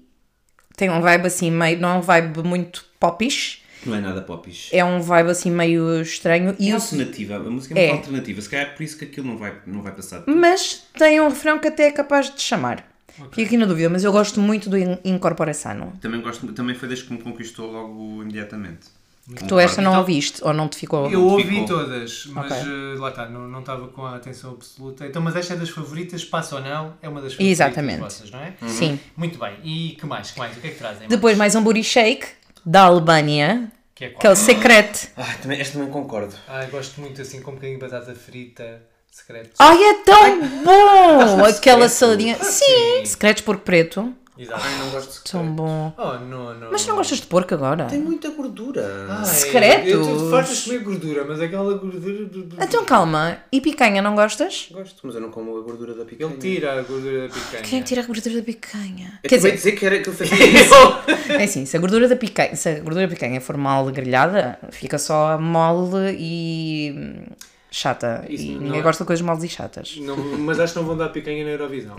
S4: Tem um vibe assim meio. Não é um vibe muito popish.
S3: Não é nada popish.
S4: É um vibe assim meio estranho. E
S3: É
S4: o-
S3: alternativa, a música é muito
S4: É. Uhum.
S3: alternativa. Se calhar é por isso que aquilo não vai, não vai passar.
S4: Mas tem um refrão que até é capaz de chamar. Fico aqui na dúvida, mas eu gosto muito do In- Incorporação.
S3: Também, gosto, também foi desde que me conquistou logo imediatamente.
S4: Que tu esta não ouviste ou não te ficou.
S2: É, Eu ouvi
S3: Ficou.
S2: todas, mas
S4: Ok.
S2: eh, lá está, não não estava com a atenção absoluta. Então, mas esta é das favoritas, passa ou não, é uma das favoritas
S4: Exatamente.
S2: vossas, não é?
S4: Sim.
S2: Muito bem, e que mais? Que mais? O que é que trazem?
S4: Depois mais um booty shake da Albânia,
S2: Que é qual?
S4: que é o [gasps] secreto.
S3: Ah, também, esta também concordo.
S2: Ai, gosto muito assim, com um bocadinho de batata frita, secreto.
S4: Ai, é tão [laughs] bom! Aquela saladinha. Sim, secretos porco preto.
S2: Exato.
S3: Não gosto
S4: Tão bom.
S2: Oh, não, não.
S4: Mas não gostas de porco agora?
S3: Tem muita gordura.
S2: Ai,
S4: Ah. Secretos?
S2: Eu estou fartas de comer gordura, mas aquela gordura.
S4: Então calma, e picanha não gostas?
S3: Gosto, mas eu não como a gordura da picanha.
S2: Ele tira a gordura da picanha.
S4: Quem tira a gordura da picanha?
S3: Eu
S4: Quer
S3: acabei de
S4: dizer,
S3: dizer que era que eu fazia isso.
S4: [laughs] é assim, se a gordura da picanha, se a gordura da picanha for mal grelhada, fica só mole e hum, chata.
S2: Isso
S4: e
S2: não
S4: ninguém
S2: é-
S4: gosta de coisas moles e chatas.
S2: Não, mas acho que não vão dar picanha na Eurovisão.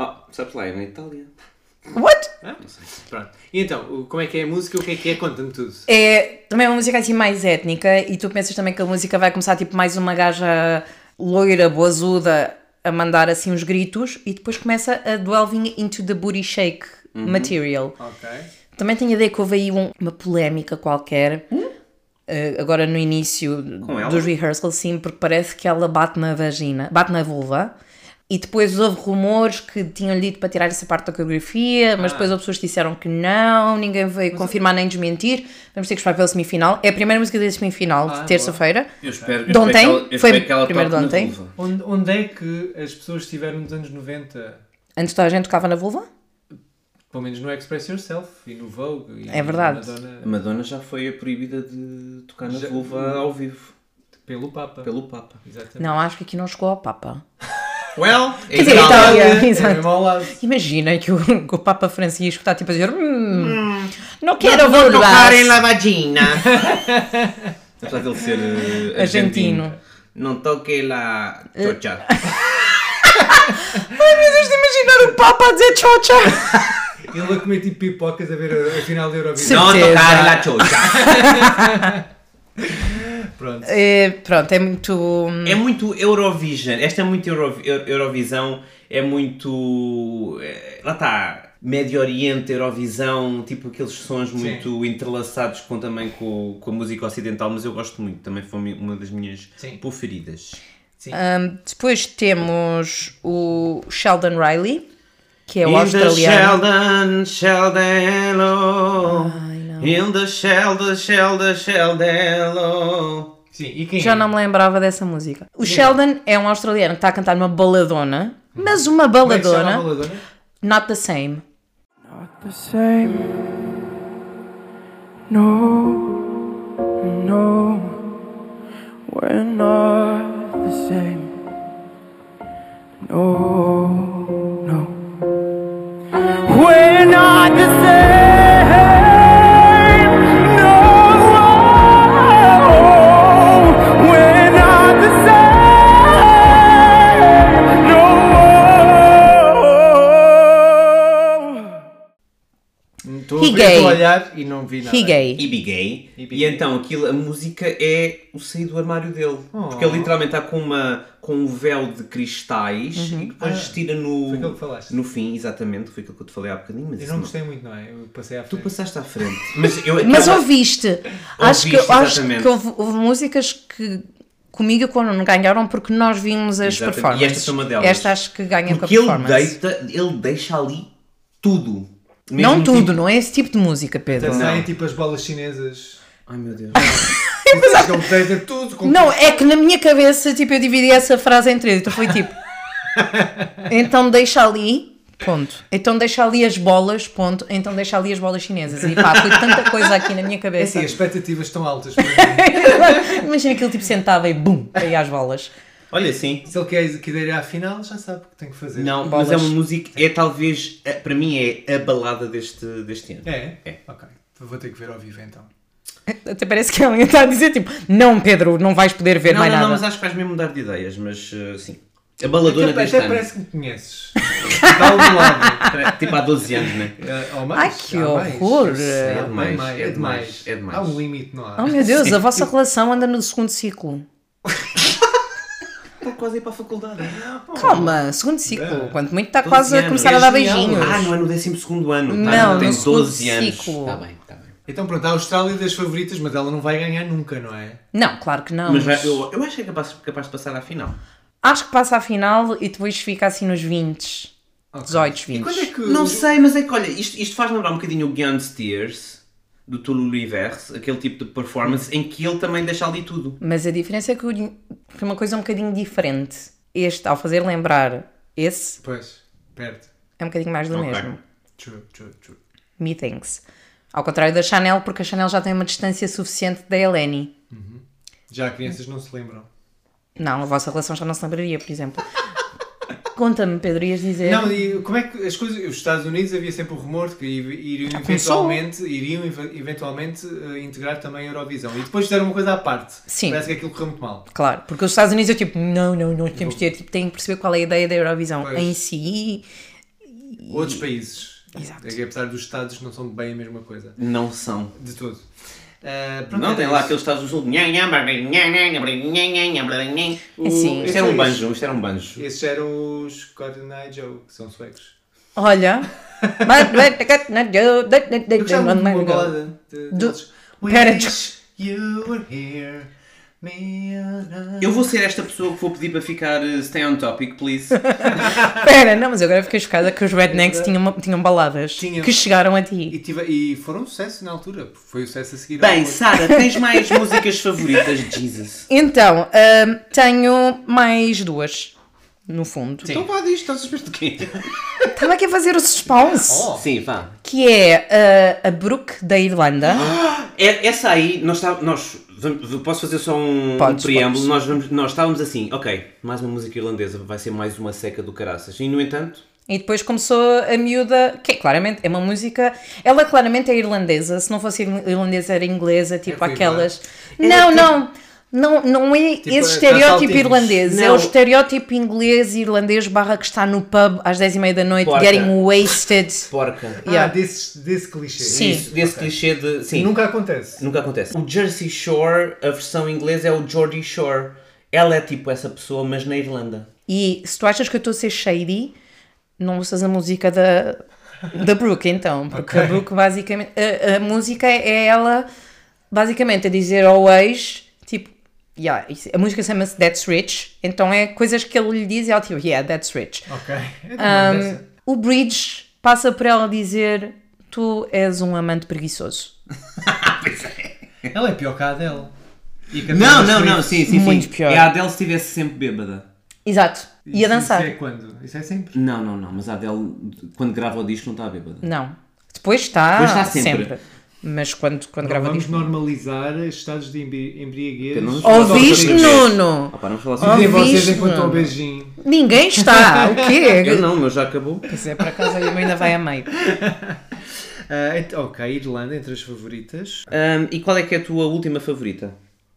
S3: Ah, sabes lá, é na Itália.
S4: What?
S2: Hã? Não sei. Pronto. E então, o- como é que é a música? O que é que é? Conta-me tudo.
S4: É também uma música assim mais étnica e tu pensas também que a música vai começar tipo mais uma gaja loira, boazuda a mandar assim uns gritos e depois começa a delving into the booty shake
S2: Uhum.
S4: material.
S2: Ok.
S4: Também tenho a ideia que houve aí um- uma polémica qualquer. eh, agora no início
S3: Com ela?
S4: dos rehearsals, sim, porque parece que ela bate na vagina, bate na vulva. E depois houve rumores que tinham dito para tirar essa parte da coreografia, mas depois houve pessoas que disseram que não, ninguém veio confirmar nem desmentir. Vamos ter que esperar pela semifinal. É a primeira música da semifinal, de terça-feira.
S3: Eu espero,
S4: De ontem? Foi primeiro de ontem?
S2: Onde, onde é que as pessoas estiveram nos anos 90?
S4: Antes toda a gente tocava na vulva?
S2: Pelo menos no Express Yourself e no Vogue. E
S4: É verdade.
S2: na Madonna,
S3: A Madonna já foi proibida de tocar na
S2: Já-
S3: vulva ao vivo,
S2: pelo Papa.
S3: pelo Papa.
S2: Exatamente.
S4: Não, acho que aqui não chegou ao Papa.
S3: Well,
S4: Quer dizer, Itália.
S2: É
S4: Exato.
S2: mesmo ao lado.
S4: Imagina que o, [laughs] que o Papa Francisco está tipo a dizer: "Hum, não quero vulvas."
S3: vagina. [laughs] Apesar dele ser eh,
S4: Argentino. Eh,
S3: argentino. Não toque la
S4: [laughs]
S3: chocha.
S4: Tens de imaginar o Papa a dizer tchau-tchau.
S2: Ele a comer tipo pipocas a ver a, a final da Eurovisão.
S4: Sim.
S3: Não
S4: Certeza.
S3: tocar la chocha.
S2: Pronto.
S4: [laughs] É, pronto, é muito.
S3: É muito Eurovision. Esta é muito Euro- Euro- Eurovisão. É muito. eh, Lá está. Médio Oriente, Eurovisão, tipo aqueles sons muito entrelaçados com, também com, com a música ocidental, mas eu gosto muito, também foi mi- uma das minhas
S2: Sim.
S3: preferidas.
S4: Hum, depois temos o Sheldon Riley, que é o
S3: In the
S4: australiano.
S3: Sheldon, Sheldelo.
S4: Ai, não.
S3: In the Sheldon, Sheldon, Sheldelo.
S2: Sim, e quem
S4: Já
S2: é?
S4: não me lembrava dessa música. O Sheldon é um australiano que está a cantar uma baladona, mas uma
S2: Como é que se chama a
S4: baladona.
S2: baladona?
S4: Not the same.
S7: Not the same. No, no, we're not the same. No, no, we're not the same. No, we're not the same. No.
S2: Estou
S4: He
S2: a ver
S4: gay.
S2: o olhar e não vi nada.
S4: He gay.
S3: E Be Gay.
S2: E Be
S3: E
S2: Gay.
S3: então aquilo, a música é o sair do armário dele. Porque ele literalmente está com, uma, com um véu de cristais e depois tira no,
S2: foi aquilo que falaste.
S3: no fim, exatamente. Foi aquilo que eu te falei há bocadinho. Mas
S2: Eu
S3: isso
S2: não
S3: não-
S2: gostei muito, não é? Eu passei à
S3: Tu
S2: frente.
S3: passaste à frente. [laughs] Mas, eu,
S4: Mas
S3: aquela-
S4: ouviste. Acho que,
S3: Ouviste,
S4: acho
S3: exatamente.
S4: que houve, houve músicas que comigo e quando não ganharam porque nós vimos as
S3: Exatamente.
S4: performances.
S3: E esta foi uma delas.
S4: Esta acho que ganha
S3: Porque
S4: com a
S3: ele,
S4: performance.
S3: deita, ele deixa ali tudo. Mesmo
S4: Não tudo,
S3: tipo-
S4: não é esse tipo de música, Pedro.
S2: Saem tipo as bolas chinesas.
S3: Ai meu Deus.
S2: Mas ele deita um tudo com
S4: Não, é que na minha cabeça, tipo, eu dividi essa frase em três, então foi
S3: [laughs]
S4: tipo. então deixa ali, ponto. Então deixa ali as bolas, ponto. Então deixa ali as bolas chinesas. E pá, foi tanta coisa aqui na
S2: É
S4: minha [laughs] cabeça.
S2: assim, as expectativas estão
S4: [laughs]
S2: altas. para mim.
S4: Imagina que ele tipo sentava e bum, aí às bolas.
S3: [laughs] Olha, sim.
S2: Se ele quer, quiser ir à final, já sabe o que tem que fazer.
S3: Não,
S4: Bolas.
S3: mas é uma música, é talvez, eh, para mim é a balada deste, deste ano.
S2: É?
S3: É.
S2: Ok. Vou ter que ver ao vivo então.
S4: Até parece que alguém está a dizer tipo, não, Pedro, não vais poder ver
S3: Não,
S4: mais
S3: não, não,
S4: nada.
S3: mas acho que vais mesmo mudar de ideias, mas eh, sim. A baladona
S2: até,
S3: deste
S2: até
S3: ano.
S2: parece que me conheces. De algum lado.
S3: Tipo há 12 anos, né?
S2: Eh, Ou mais,
S4: Ai, que
S2: há mais.
S4: horror.
S2: É,
S3: É demais,
S2: mais,
S3: é demais, é demais.
S2: Há um limite, não há?
S4: Oh meu Deus, a vossa relação anda no segundo ciclo.
S3: Está quase a ir para a faculdade.
S4: Calma, segundo ciclo. Quanto muito está
S3: Doze
S4: quase a
S3: é. anos.
S4: começar a
S3: É
S4: dar
S3: genial.
S4: beijinhos.
S3: Ah, não é no 12 ano. Tá,
S4: Não,
S3: tem
S4: no segundo
S3: 12 anos.
S4: ciclo.
S3: Está bem, está bem.
S2: Então pronto, a Austrália das favoritas, mas ela não vai ganhar nunca, não é?
S4: Não, claro que não.
S3: Mas vai- eu, eu acho que é capaz, capaz de passar à final.
S4: Acho que passa à final e depois fica assim nos 20. 18,
S2: E
S4: 20.
S2: quando é que.
S3: Não sei, mas é que olha, isto, isto faz lembrar um bocadinho o Guion Steers do Tulu Universe, aquele tipo de performance em que ele também deixa ali tudo.
S4: Mas a diferença é que o- foi uma coisa um bocadinho diferente. Este, ao fazer lembrar esse,
S2: Pois, perto.
S4: é um bocadinho mais do
S3: Ok.
S4: mesmo.
S2: True, true, true.
S4: Meetings. Ao contrário da Chanel, porque a Chanel já tem uma distância suficiente da Eleni.
S2: Já crianças não se lembram.
S4: Não, a vossa relação já não se lembraria, por
S2: [laughs]
S4: exemplo. Conta-me, Pedro, ias dizer.
S2: Não, e como é que as coisas. Os Estados Unidos havia sempre o rumor de que
S4: Ah,
S2: iriam
S4: começou.
S2: eventualmente, iriam eve- eventualmente eh, integrar também a Eurovisão. E depois fizeram uma coisa à parte.
S4: Sim.
S2: Parece que aquilo correu muito mal.
S4: Claro, porque os Estados Unidos eu tipo, não, não, não temos de ter, tipo, têm que perceber qual é a ideia da Eurovisão
S2: Pois.
S4: em si.
S2: Outros países.
S4: Exato.
S2: É que apesar dos Estados não são bem a mesma coisa.
S3: Não são.
S2: De todo. Eh, pronto,
S3: Não,
S2: é
S3: tem lá
S2: isso.
S3: aqueles Estados do Sul.
S4: É sim.
S3: Isto era um banjo, isto era um banjo.
S2: Esses eram os Cotton Eye Joe, que são suecos.
S4: Olha.
S2: [laughs] Eu gostava muito de uma balada de-
S4: um Do-
S2: deles.
S4: Pera,
S2: Wish you were here, me and I.
S3: Eu vou ser esta pessoa que vou pedir para ficar eh, stay on topic, please.
S4: Pera, não, mas eu agora fiquei chocada que os rednecks tinham, uma- tinham baladas
S2: É Tinham.
S4: que chegaram a
S2: E,
S4: ti.
S2: tive- e foram um sucesso na altura, porque foi o sucesso a seguir. ao
S3: Bem,
S2: outro.
S3: Sara, tens mais músicas favoritas? Jesus.
S4: Então, hum, tenho mais duas, no fundo.
S2: Então vá disto, estás a suspeito de quê?
S4: Estava aqui a fazer o suspense,
S2: Oh,
S3: Sim, vá.
S4: que é uh, a Brooke da Irlanda.
S2: Ah,
S3: É- Essa aí, nós, tá- nós vamos- posso fazer só um, um
S4: Podes,
S3: preâmbulo?
S4: podes.
S3: Nós, vamos- nós estávamos assim, ok, mais uma música irlandesa, vai ser mais uma seca do caraças. E no entanto,
S4: E depois começou a miúda, que é claramente, é uma música. Ela claramente é irlandesa, se não fosse irlandesa era inglesa, tipo
S2: foi
S4: aquelas. Não, não, não, não é esse
S2: a-
S4: estereótipo
S2: as
S4: irlandês, é
S3: Não.
S4: o estereótipo inglês e irlandês barra que está no pub às 10 e meia da noite,
S3: Porca.
S4: getting wasted.
S3: porca.
S2: ah,
S4: Yeah.
S2: desse, desse clichê.
S4: Sim.
S3: Isso, desse clichê de. Sim, nunca,
S2: Nunca acontece.
S3: acontece. O Jersey Shore, a versão inglesa é o Geordie Shore. Ela é tipo essa pessoa, mas na Irlanda.
S4: E se tu achas que eu estou a ser shady, não ouças a música da, da Brooke, então. Porque a Brooke, basicamente. A, a música é ela, basicamente, a dizer ao ex, tipo. Yeah, isso- a música chama-se That's Rich, então é coisas que ele lhe diz e ela tipo, yeah, that's rich.
S2: Ok. É
S4: Um,
S2: demais essa.
S4: o Bridge passa por ela dizer: Tu és um amante preguiçoso.
S2: Ela é pior que a Adele. E que a
S3: Não,
S2: Taylor
S3: não, não,
S2: Swift-
S3: sim, sim,
S4: Muito
S3: sim.
S4: pior.
S3: É a Adele se estivesse sempre bêbada.
S4: Exato. E a
S2: Isso é
S4: dançar.
S2: quando? Isso é sempre.
S3: Não, não, não, mas a Adele, quando grava o disco, não está bêbada.
S4: Não. Depois está,
S3: Depois está sempre.
S4: Mas quando, quando
S2: Não
S4: grava
S2: vamos
S4: disco.
S2: normalizar os estados de embri- embriaguez.
S3: Não-
S4: Ouviste, Nuno?
S3: Ah, pá, não falar
S2: Dizem
S3: sobre
S4: Oh,
S2: vocês
S4: viste,
S2: enquanto um
S4: mano.
S2: beijinho.
S4: Ninguém está. O quê?
S3: [laughs] Eu não, o meu já acabou.
S4: Pois é, por acaso eu ainda vai a meio.
S2: Ah, ent- ok, Irlanda é entre as favoritas.
S3: Ahm, e qual é que é a tua última favorita?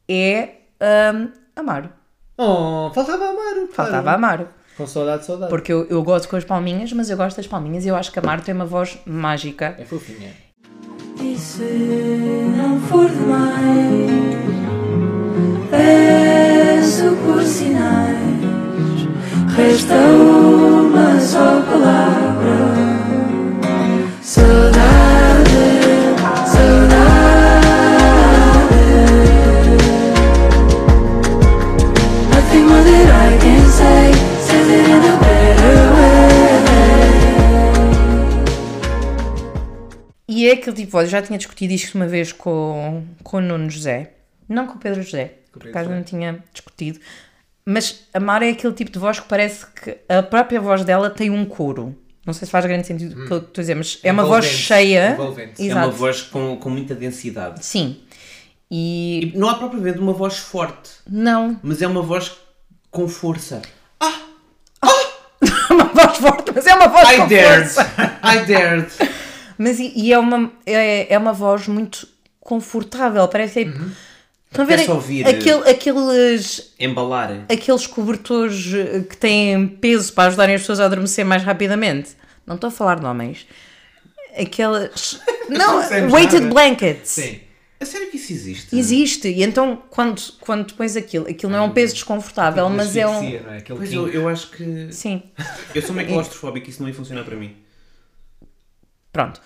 S4: É hum, Amaro.
S2: Oh, faltava Amaro. claro.
S4: Faltava Amaro.
S2: Com saudade, saudade.
S4: Porque eu, eu gosto com as palminhas, mas eu gosto das palminhas e eu acho que Amaro tem uma voz mágica.
S2: É fofinha.
S8: E se não for demais, peço por sinais. e Resta uma só palavra: saudade, saudade. Nothing more that I can say says it in a better way.
S4: E é aquele tipo, de voz, eu já tinha discutido isto uma vez com, com o Nuno José. Não com o Pedro José. Por acaso não tinha discutido. Mas Amaro é aquele tipo de voz que parece que a própria voz dela tem um coro. Não sei se faz grande sentido o que eu estou a dizer, mas é uma voz
S2: Envolvente.
S4: cheia.
S2: Envolvente. É
S3: É uma
S4: Exato.
S3: voz com, com muita densidade.
S4: Sim. E
S3: E não há propriamente uma voz forte,
S4: não,
S3: mas é uma voz com força.
S4: [laughs] uma voz forte, mas é uma voz
S3: [laughs] I
S4: com
S3: dared!
S4: força.
S3: I dared!
S4: Mas e, e é, uma, é, é uma voz muito confortável, parece que é, Estão a ver
S3: Quer-se ouvir,
S4: aquele- aqueles,
S3: Embalar.
S4: aqueles cobertores eh, que têm peso para ajudarem as pessoas a adormecer mais rapidamente? Não estou a falar de homens. Aquelas. Não,
S2: dissemos
S4: weighted
S2: nada.
S4: blankets.
S2: Sim.
S3: A sério que isso existe?
S4: Existe. E então, quando, quando tu pões aquilo, aquilo não é um peso desconfortável, mas é um.
S2: Asfixia, não é? Aquele
S3: Pois eu,
S2: quinto.
S3: eu acho que.
S4: Sim.
S3: Eu sou meio claustrofóbico e isso não ia funcionar para mim.
S4: Pronto.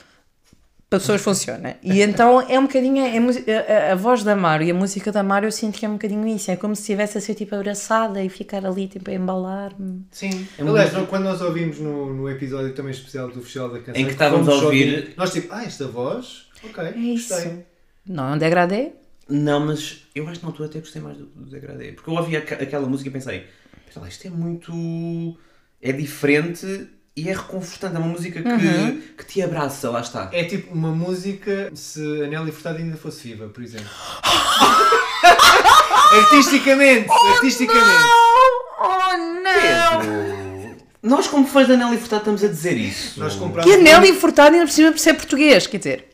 S4: Para pessoas funciona. E então é um bocadinho. é mu- a- a, a voz da Mário e a música da Mário eu sinto que é um bocadinho isso. É como se estivesse a ser tipo abraçada e ficar ali tipo a embalar-me.
S2: Sim. Aliás, nós- quando nós ouvimos no, no episódio também especial do Festival da Canção,
S3: Em que estávamos
S2: fomos
S3: a ouvir-
S2: Nós tipo, ah, esta voz, ok,
S4: É isso.
S2: gostei.
S4: Não é um degradê?
S3: Não, mas eu acho que na altura até gostei mais do, do Degradê. Porque eu ouvi aca- aquela música e pensei, "Espera lá, isto é muito. é diferente e é reconfortante. É uma música que, que te abraça, lá está.
S2: É tipo uma música se a Nelly Furtado ainda fosse viva, por
S4: [laughs]
S2: exemplo. artisticamente, artisticamente.
S4: Oh não!
S3: Nós, como fãs da Nelly Furtado, estamos a dizer isso.
S2: Nós comprámos.
S4: Que a Nelly Furtado ainda por cima por ser português, quer dizer,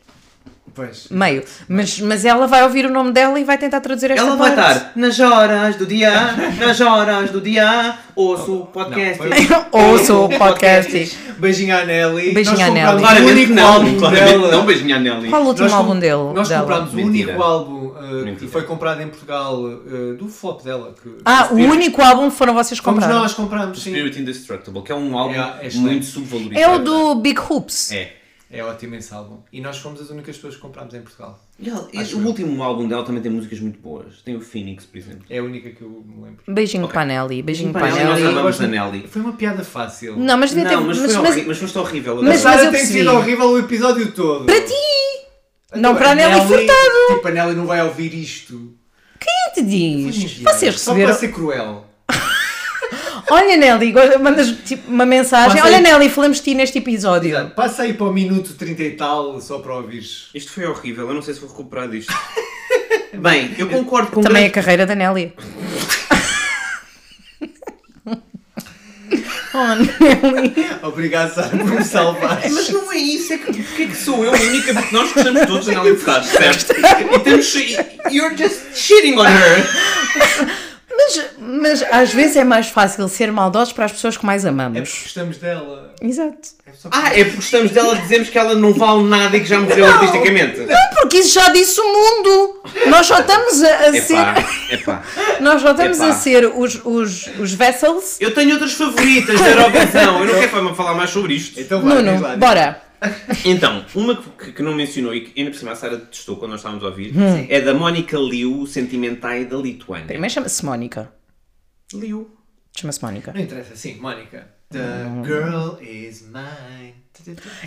S2: Pois.
S4: meio. Mas, mas ela vai ouvir o nome dela e vai tentar traduzir esta
S3: Ela vai
S4: parte.
S3: estar nas horas do dia, nas horas do dia, ouço o podcast.
S2: Não, foi-
S4: [laughs] Ouço o podcast.
S2: Beijinho à Nelly.
S4: Beijinho
S2: Nós
S4: à Nelly.
S2: comprámos o
S3: Claramente
S2: único álbum
S3: não, claramente
S2: dela.
S3: não, Um beijinho à Nelly.
S4: Qual o último
S2: Nós com-
S4: álbum dele?
S2: Nós
S4: dela?
S2: comprámos o
S3: Mentira.
S2: único álbum uh, que
S3: Mentira.
S2: foi comprado em Portugal uh, do flop dela. Que,
S4: Ah, o único álbum que foram vocês
S2: Fomos
S4: comprar.
S2: nós compramos, sim.
S3: Spirit Indestructible, que é um álbum
S2: É, é excelente.
S3: muito subvalorizado.
S4: É o do Big Hoops.
S3: É.
S2: É ótimo esse álbum. E nós fomos as únicas pessoas que comprámos em Portugal.
S3: E ela- e
S2: Acho
S3: o
S2: eu.
S3: último álbum dela também tem músicas muito boas. Tem o Phoenix, por exemplo.
S2: É a única que eu me lembro.
S4: Beijinho para a Nelly, beijinho para a
S3: Nós
S4: Nelly.
S3: amamos a Nelly.
S2: Foi uma piada fácil.
S4: Não, mas devia ter.
S3: Não, mas,
S4: mas-
S3: foi
S4: mas-
S3: horrível, mas foste horrível.
S4: mas-
S3: Adoro.
S2: Sara
S4: eu
S2: tem
S4: percebi.
S2: sido horrível o episódio todo. Para ti! Então,
S4: Não para a Nelly Furtado.
S2: Tipo, a Nelly não vai ouvir isto.
S4: Quem te diz?
S2: Enviar.
S4: Vocês
S2: Só para
S4: receberam.
S2: ser cruel.
S4: Olha, Nelly, go- mandas tipo, uma mensagem.
S2: Passa aí.
S4: Olha, Nelly, falamos de ti neste episódio.
S2: Passa aí para o minuto 30 e tal, só para ouvires.
S3: Isto foi horrível, eu não sei se vou recuperar
S4: [laughs]
S3: disto. Bem, eu concordo com
S4: Também a
S3: grande-
S4: carreira da Nelly. oh, Nelly.
S2: Obrigado, Sara, por me salvar.
S3: Mas não é isso, é que porque é que sou eu a única porque nós gostamos todos da Nelly Furtado,
S4: [laughs]
S3: certo? E temos. You're just shitting on her!
S4: Mas, mas às vezes é mais fácil ser maldosos para as pessoas que mais
S2: É
S4: amamos.
S2: porque gostamos dela.
S4: Exato.
S2: É só
S3: Ah, é porque gostamos dela, dizemos que ela não vale nada e que já morreu artisticamente.
S4: Porque isso já disse o mundo! Nós só estamos a, a
S3: Epá,
S4: ser.
S3: epá.
S4: Nós só estamos
S3: Epá.
S4: a ser os, os, os vessels.
S3: Eu tenho outras favoritas da Eurovisão, eu não quero falar mais sobre isto.
S2: Então vai, diz lá,
S4: Nuno,
S2: diz.
S4: bora!
S3: Então, uma que, que não mencionou e que ainda por cima a Sara testou quando nós estávamos a ouvir é da Mónica Liu, Sentimentai da Lituânia.
S4: Primeiro chama-se Mónica.
S3: Liu.
S4: Chama-se Mónica.
S2: Não interessa, sim, Mónica. The girl is mine.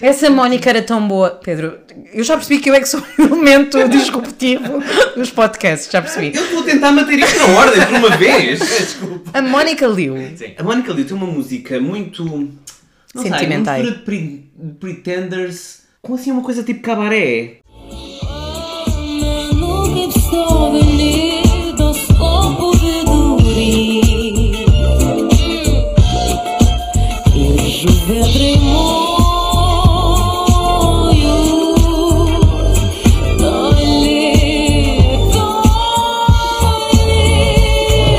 S4: Essa Mónica era tão boa, Pedro. Eu já percebi que eu é que sou [laughs] o elemento disruptivo dos podcasts, já percebi.
S3: Eu vou tentar manter isto na ordem por uma vez.
S4: A Mónica Liu. é
S3: A Mónica Liu tem uma música muito. Não sei,
S4: Sentimentai.
S3: uma mistura de pre- pretenders. Com assim uma coisa tipo cabaré.
S8: Nukip stovili do skopovi duri Ižu vedrej moju Toliko je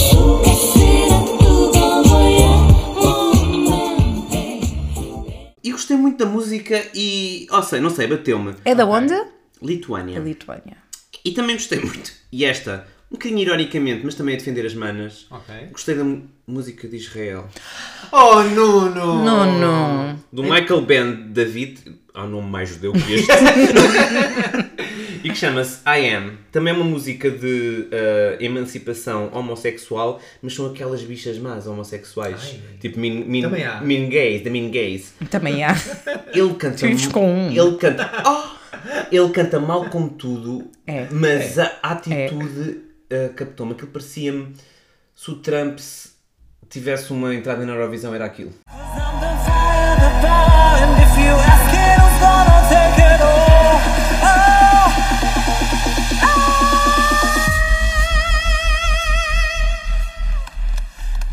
S8: Šuka sira tuga moja Momente
S3: E gostei muito da música e. Ou sei, não sei, bateu-me.
S4: É da onde?
S3: Lituânia.
S4: Da Lituânia.
S3: E também gostei muito. E esta, um bocadinho ironicamente, mas também a defender as manas.
S2: Ok.
S3: Gostei da mu- música de Israel.
S2: Oh, Nuno!
S4: Não, não.
S2: É
S3: Do Michael Ben David, há um nome mais judeu
S2: [laughs]
S3: que este, e que chama-se I Am. Também é uma música de ah, emancipação homossexual, mas são aquelas bichas más homossexuais. Tipo mean, mean,
S2: Também há.
S3: mean Gays, da Mean Gays.
S4: Também há.
S3: Ele canta.
S4: Filhos
S3: mu-
S4: com um.
S3: Ele canta. Oh! ele canta mal com tudo,
S4: É.
S3: mas a atitude ah, captou-me. Aquilo parecia-me se o Trump se tivesse uma entrada na Eurovisão, era aquilo.
S7: Oh,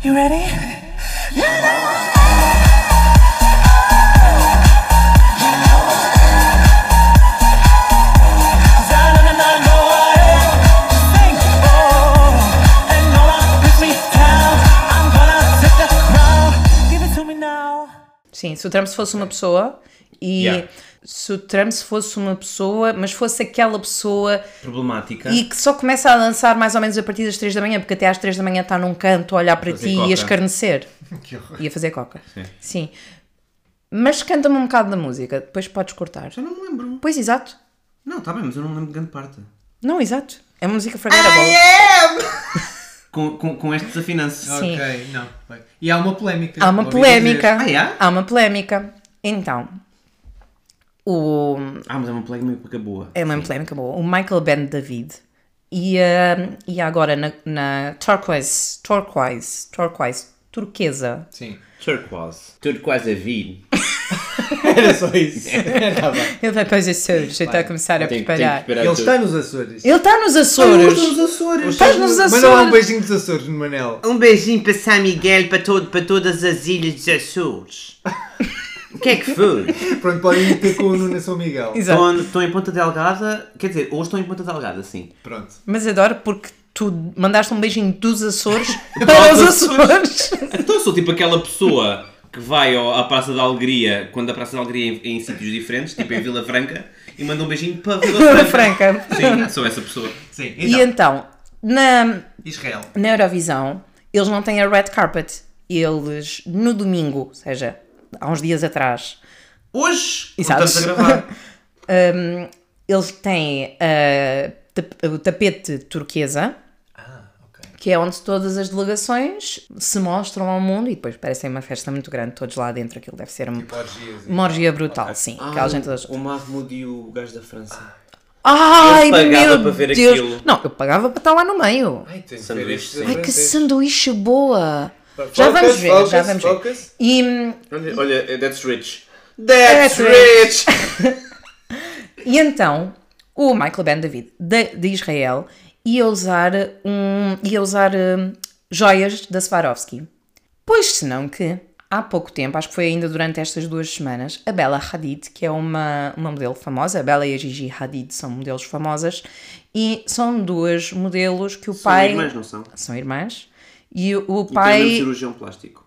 S7: You ready?
S4: se o Trump se fosse uma pessoa e
S3: Yeah.
S4: se o Trump se fosse uma pessoa, mas fosse aquela pessoa
S3: Problemática.
S4: e que só começa a dançar mais ou menos a partir das 3 da manhã, porque até às 3 da manhã está num canto a olhar para
S3: Fazer
S4: ti e
S3: coca.
S4: a escarnecer.
S2: Que horror.
S4: E a fazer coca.
S3: Sim.
S4: Sim. Mas canta-me um bocado da música, depois podes cortar.
S3: Já não me lembro.
S4: Pois, exato.
S3: Não, tá bem, mas eu não me lembro de grande parte.
S4: Não, exato. É música forgettable.
S3: Com, com, com este desafinanço.
S4: Sim.
S2: Ok, não. bem. E há uma polémica.
S4: Há uma
S2: ouvi
S4: polémica.
S3: Ah, é?
S4: Há uma polémica. Então, o,
S3: Ah, mas é uma plaga meio pouca boa.
S4: é uma polémica boa. O Michael Ben David e, ah, e agora na, na Turquoise, Turquoise, Turquoise, Turquesa.
S2: Sim.
S3: Turquoise. Turquoise a vir.
S2: [laughs] Era só isso. Tá bem.
S4: Ele vai para os Açores, ele está a começar a
S3: Tem- tem que
S4: preparar.
S3: esperar
S2: Ele
S3: tudo.
S2: está nos Açores.
S4: Ele está nos Açores.
S3: Açores.
S4: Estás nos
S2: Mas não há um
S4: Açores.
S2: beijinho dos Açores no Manel.
S9: Um beijinho para São Miguel, para, todo, para todas as ilhas dos Açores. O que é que foi?
S2: Pronto, podem meter com o Nuno São Miguel.
S4: Exato.
S3: Estão, estão em Ponta Delgada, quer dizer, hoje estão em Ponta Delgada, sim.
S2: Pronto.
S4: Mas adoro porque tu mandaste um beijinho
S3: [laughs]
S4: dos Açores para os Açores.
S3: Então eu sou tipo aquela pessoa que vai ao- à Praça da Alegria, quando a Praça da Alegria é em, em sítios diferentes, tipo em Vila Franca, e manda um beijinho para Vila
S4: Vila
S3: Franca.
S4: Franca.
S3: Sim, sou essa pessoa.
S2: Sim.
S4: E
S2: Então,
S4: então, na,
S2: Israel.
S4: na Eurovisão, eles não têm a red carpet. Eles, no domingo, ou seja, há uns dias atrás,
S3: Hoje,
S4: E
S3: quando
S4: sabes?
S3: estamos a
S4: [laughs]
S3: gravar,
S4: hum, eles têm ah, tap- o tapete turquesa,
S3: Ah,
S4: que é onde todas as delegações se mostram ao mundo e depois parecem uma festa muito grande, todos lá dentro. Aquilo deve ser uma,
S3: Tipo
S2: orgias e-
S4: uma orgia brutal, sim.
S3: Ah.
S4: Aquela gente toda-
S3: o Mahmoud e o gajo da França.
S4: Ai,
S3: Eu pagava
S4: meu
S3: para ver
S4: Deus.
S3: aquilo.
S4: Não, eu pagava para estar lá no meio.
S2: Ai, tem que ver
S3: Sanduíche.
S2: estes
S4: Ai, que
S2: avanços.
S4: sanduíche boa!
S2: Focus,
S4: já vamos ver,
S2: focus,
S4: já vamos
S2: focus.
S4: ver. E, hum,
S3: Olha, olha, that's rich.
S4: That's
S3: That's, rich!
S4: [laughs] e então, o Michael Ben David, de, de Israel, ia usar, um, ia usar hum, joias da Swarovski. Pois senão que, há pouco tempo, acho que foi ainda durante estas duas semanas, a Bella Hadid, que é uma, uma modelo famosa, a Bella e a Gigi Hadid são modelos famosas, e são duas modelos que o
S3: São
S4: pai...
S3: irmãs, não são?
S4: São irmãs. E
S3: E
S4: o
S3: tem o mesmo
S4: pai...
S3: cirurgião plástico.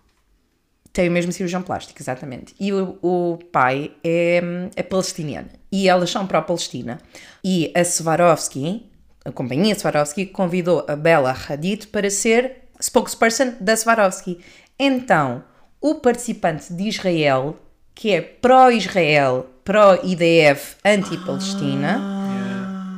S4: Tem o mesmo cirurgião plástico, exatamente. E o, o pai é, é palestiniano. E elas são pró-Palestina. E a Swarovski, a companhia Swarovski, convidou a Bella Hadid para ser spokesperson da Swarovski. Então, o participante de Israel, que é pró-Israel, pró-IDF, anti-Palestina,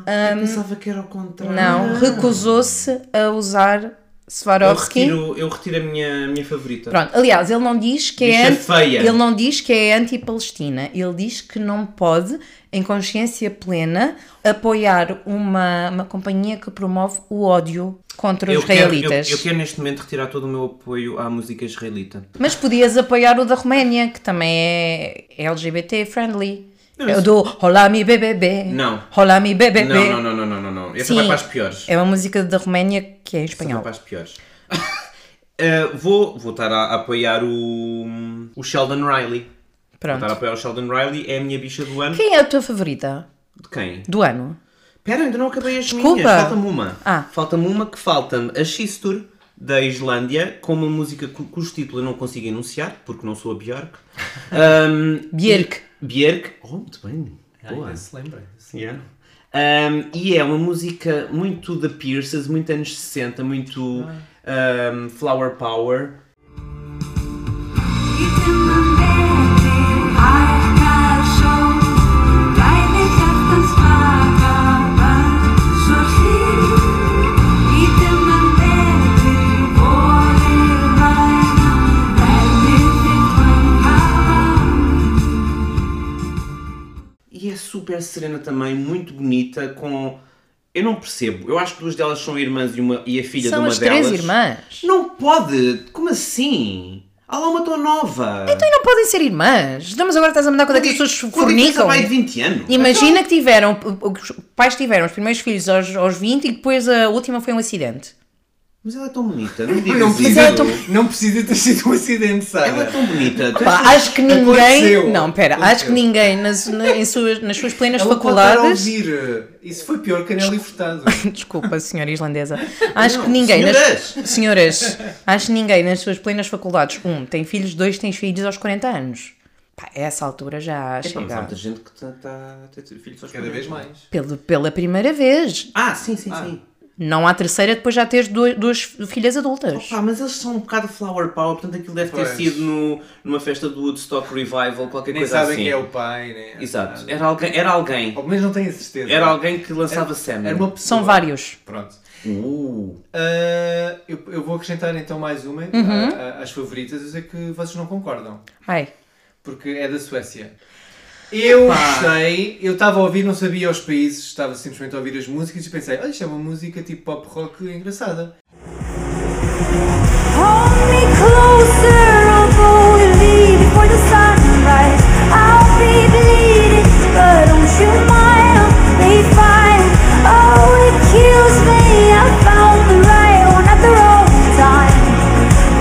S3: Ah,
S4: hum,
S3: Eu pensava que era o contrário.
S4: não, recusou-se a usar
S3: Eu
S4: Swarovski.
S3: retiro, eu retiro a minha, a minha favorita.
S4: Pronto, aliás, ele não diz que
S3: Bicha
S4: é anti-
S3: feia.
S4: ele não diz que é anti-Palestina, ele diz que não pode, em consciência plena, apoiar uma, uma companhia que promove o ódio contra os israelitas.
S3: Quero, eu, eu quero neste momento retirar todo o meu apoio à música israelita.
S4: Mas podias apoiar o da Roménia, que também é LGBT friendly. É
S3: Não,
S4: eu
S3: isso-
S4: dou Rolami BBB.
S3: Não.
S4: Rolami BBB.
S3: Não, não, não, não, não, não, não. Essa
S4: Sim,
S3: vai para as piores.
S4: É uma música da Roménia que é em
S3: Essa vai
S4: espanhol.
S3: para as piores. [laughs] Eh, vou, vou estar a, a apoiar o, o Sheldon Riley. Vou estar a
S4: Pronto.
S3: apoiar o Sheldon Riley, é a minha bicha do ano.
S4: Quem é a tua favorita
S3: De quem?
S4: do ano?
S3: Pera, ainda não acabei as
S4: Desculpa.
S3: minhas. Falta-me uma.
S4: Ah.
S3: Falta-me uma que falta-me a Sistur da Islândia, com uma música cu- cujo título eu não consigo enunciar, porque não sou a
S4: [laughs]
S3: Björk. Ahm,
S4: Björk.
S3: Björk. Oh, muito bem. Boa.
S2: Ah, Ainda se lembra.
S3: Yeah. Um, e é uma música muito The Pierces, muito anos 60, muito
S2: Ah.
S3: um, Flower Power. E é super serena também, muito bonita, com... Eu não percebo, eu acho que duas delas são irmãs e, uma, e a filha de
S4: São
S3: uma
S4: as
S3: delas.
S4: três irmãs.
S3: Não pode! Como assim? Há lá uma tão nova!
S4: Então e não podem ser irmãs. Então, mas agora estás a mudar quando é que as
S3: Quando-
S4: pessoas
S3: quando é que essa
S4: fornicam.
S3: vai Então- de 20 anos.
S4: Imagina que tiveram, os pais tiveram os primeiros filhos aos, aos 20 e depois a última foi um acidente.
S3: Mas ela é tão
S2: [laughs]
S3: bonita, não me digas
S2: Não
S3: isso.
S2: precisa, é
S4: é
S2: não precisa ter sido um acidente,
S3: Ela é
S2: Sara.
S3: tão bonita. Tu
S4: Pá,
S3: achas-
S4: acho que ninguém.
S2: Aconteceu.
S4: Não, pera, acho que
S2: Aconteceu.
S4: ninguém nas, na- em suas, nas
S3: [laughs]
S4: suas plenas
S2: Ela pode estar é a
S4: faculdades.
S2: ouvir. Isso foi pior que a Nelly Furtado.
S4: [laughs] Desculpa, senhora islandesa. Acho que
S3: Não,
S4: ninguém.
S3: senhoras.
S4: Nas, senhoras, acho que ninguém nas suas plenas faculdades. Um, tem filhos, dois, tem filhos aos 40 anos. Pá, a essa altura já
S3: É, pá, mas há
S4: chega.
S3: muita gente que está tá, a ter filhos aos
S2: Cada vez
S3: 40.
S2: mais.
S4: Pelo, pela primeira vez.
S3: Ah, sim, sim, sim.
S4: Não há terceira depois já teres duas, duas filhas adultas.
S3: Pá, mas eles são um bocado flower power, portanto aquilo deve ter
S2: Pois.
S3: sido no, numa festa do Woodstock Revival, qualquer
S2: Nem
S3: coisa
S2: sabem
S3: assim.
S2: quem é o pai, né?
S3: Exato. Era alguém, era alguém.
S2: Ou menos não têm a certeza.
S3: Era alguém que lançava
S2: Era-
S3: semen.
S2: Era uma pessoa.
S4: São vários.
S2: Pronto.
S3: Uh,
S2: Ah, eu, eu vou acrescentar então mais uma a-
S4: Uhum.
S2: a- às favoritas. Eu sei que vocês não concordam,
S4: Ai,
S2: porque é da Suécia. Eu sei, eu estava a ouvir, não sabia os países, estava simplesmente a ouvir as músicas e pensei, olha, isto é uma música tipo pop rock engraçada.
S8: Hold me closer, I'll go with thee before the sunrise. I'll be bleeding, but don't you mind? I'll be fine. Oh, it kills me. I found the right one at the wrong time.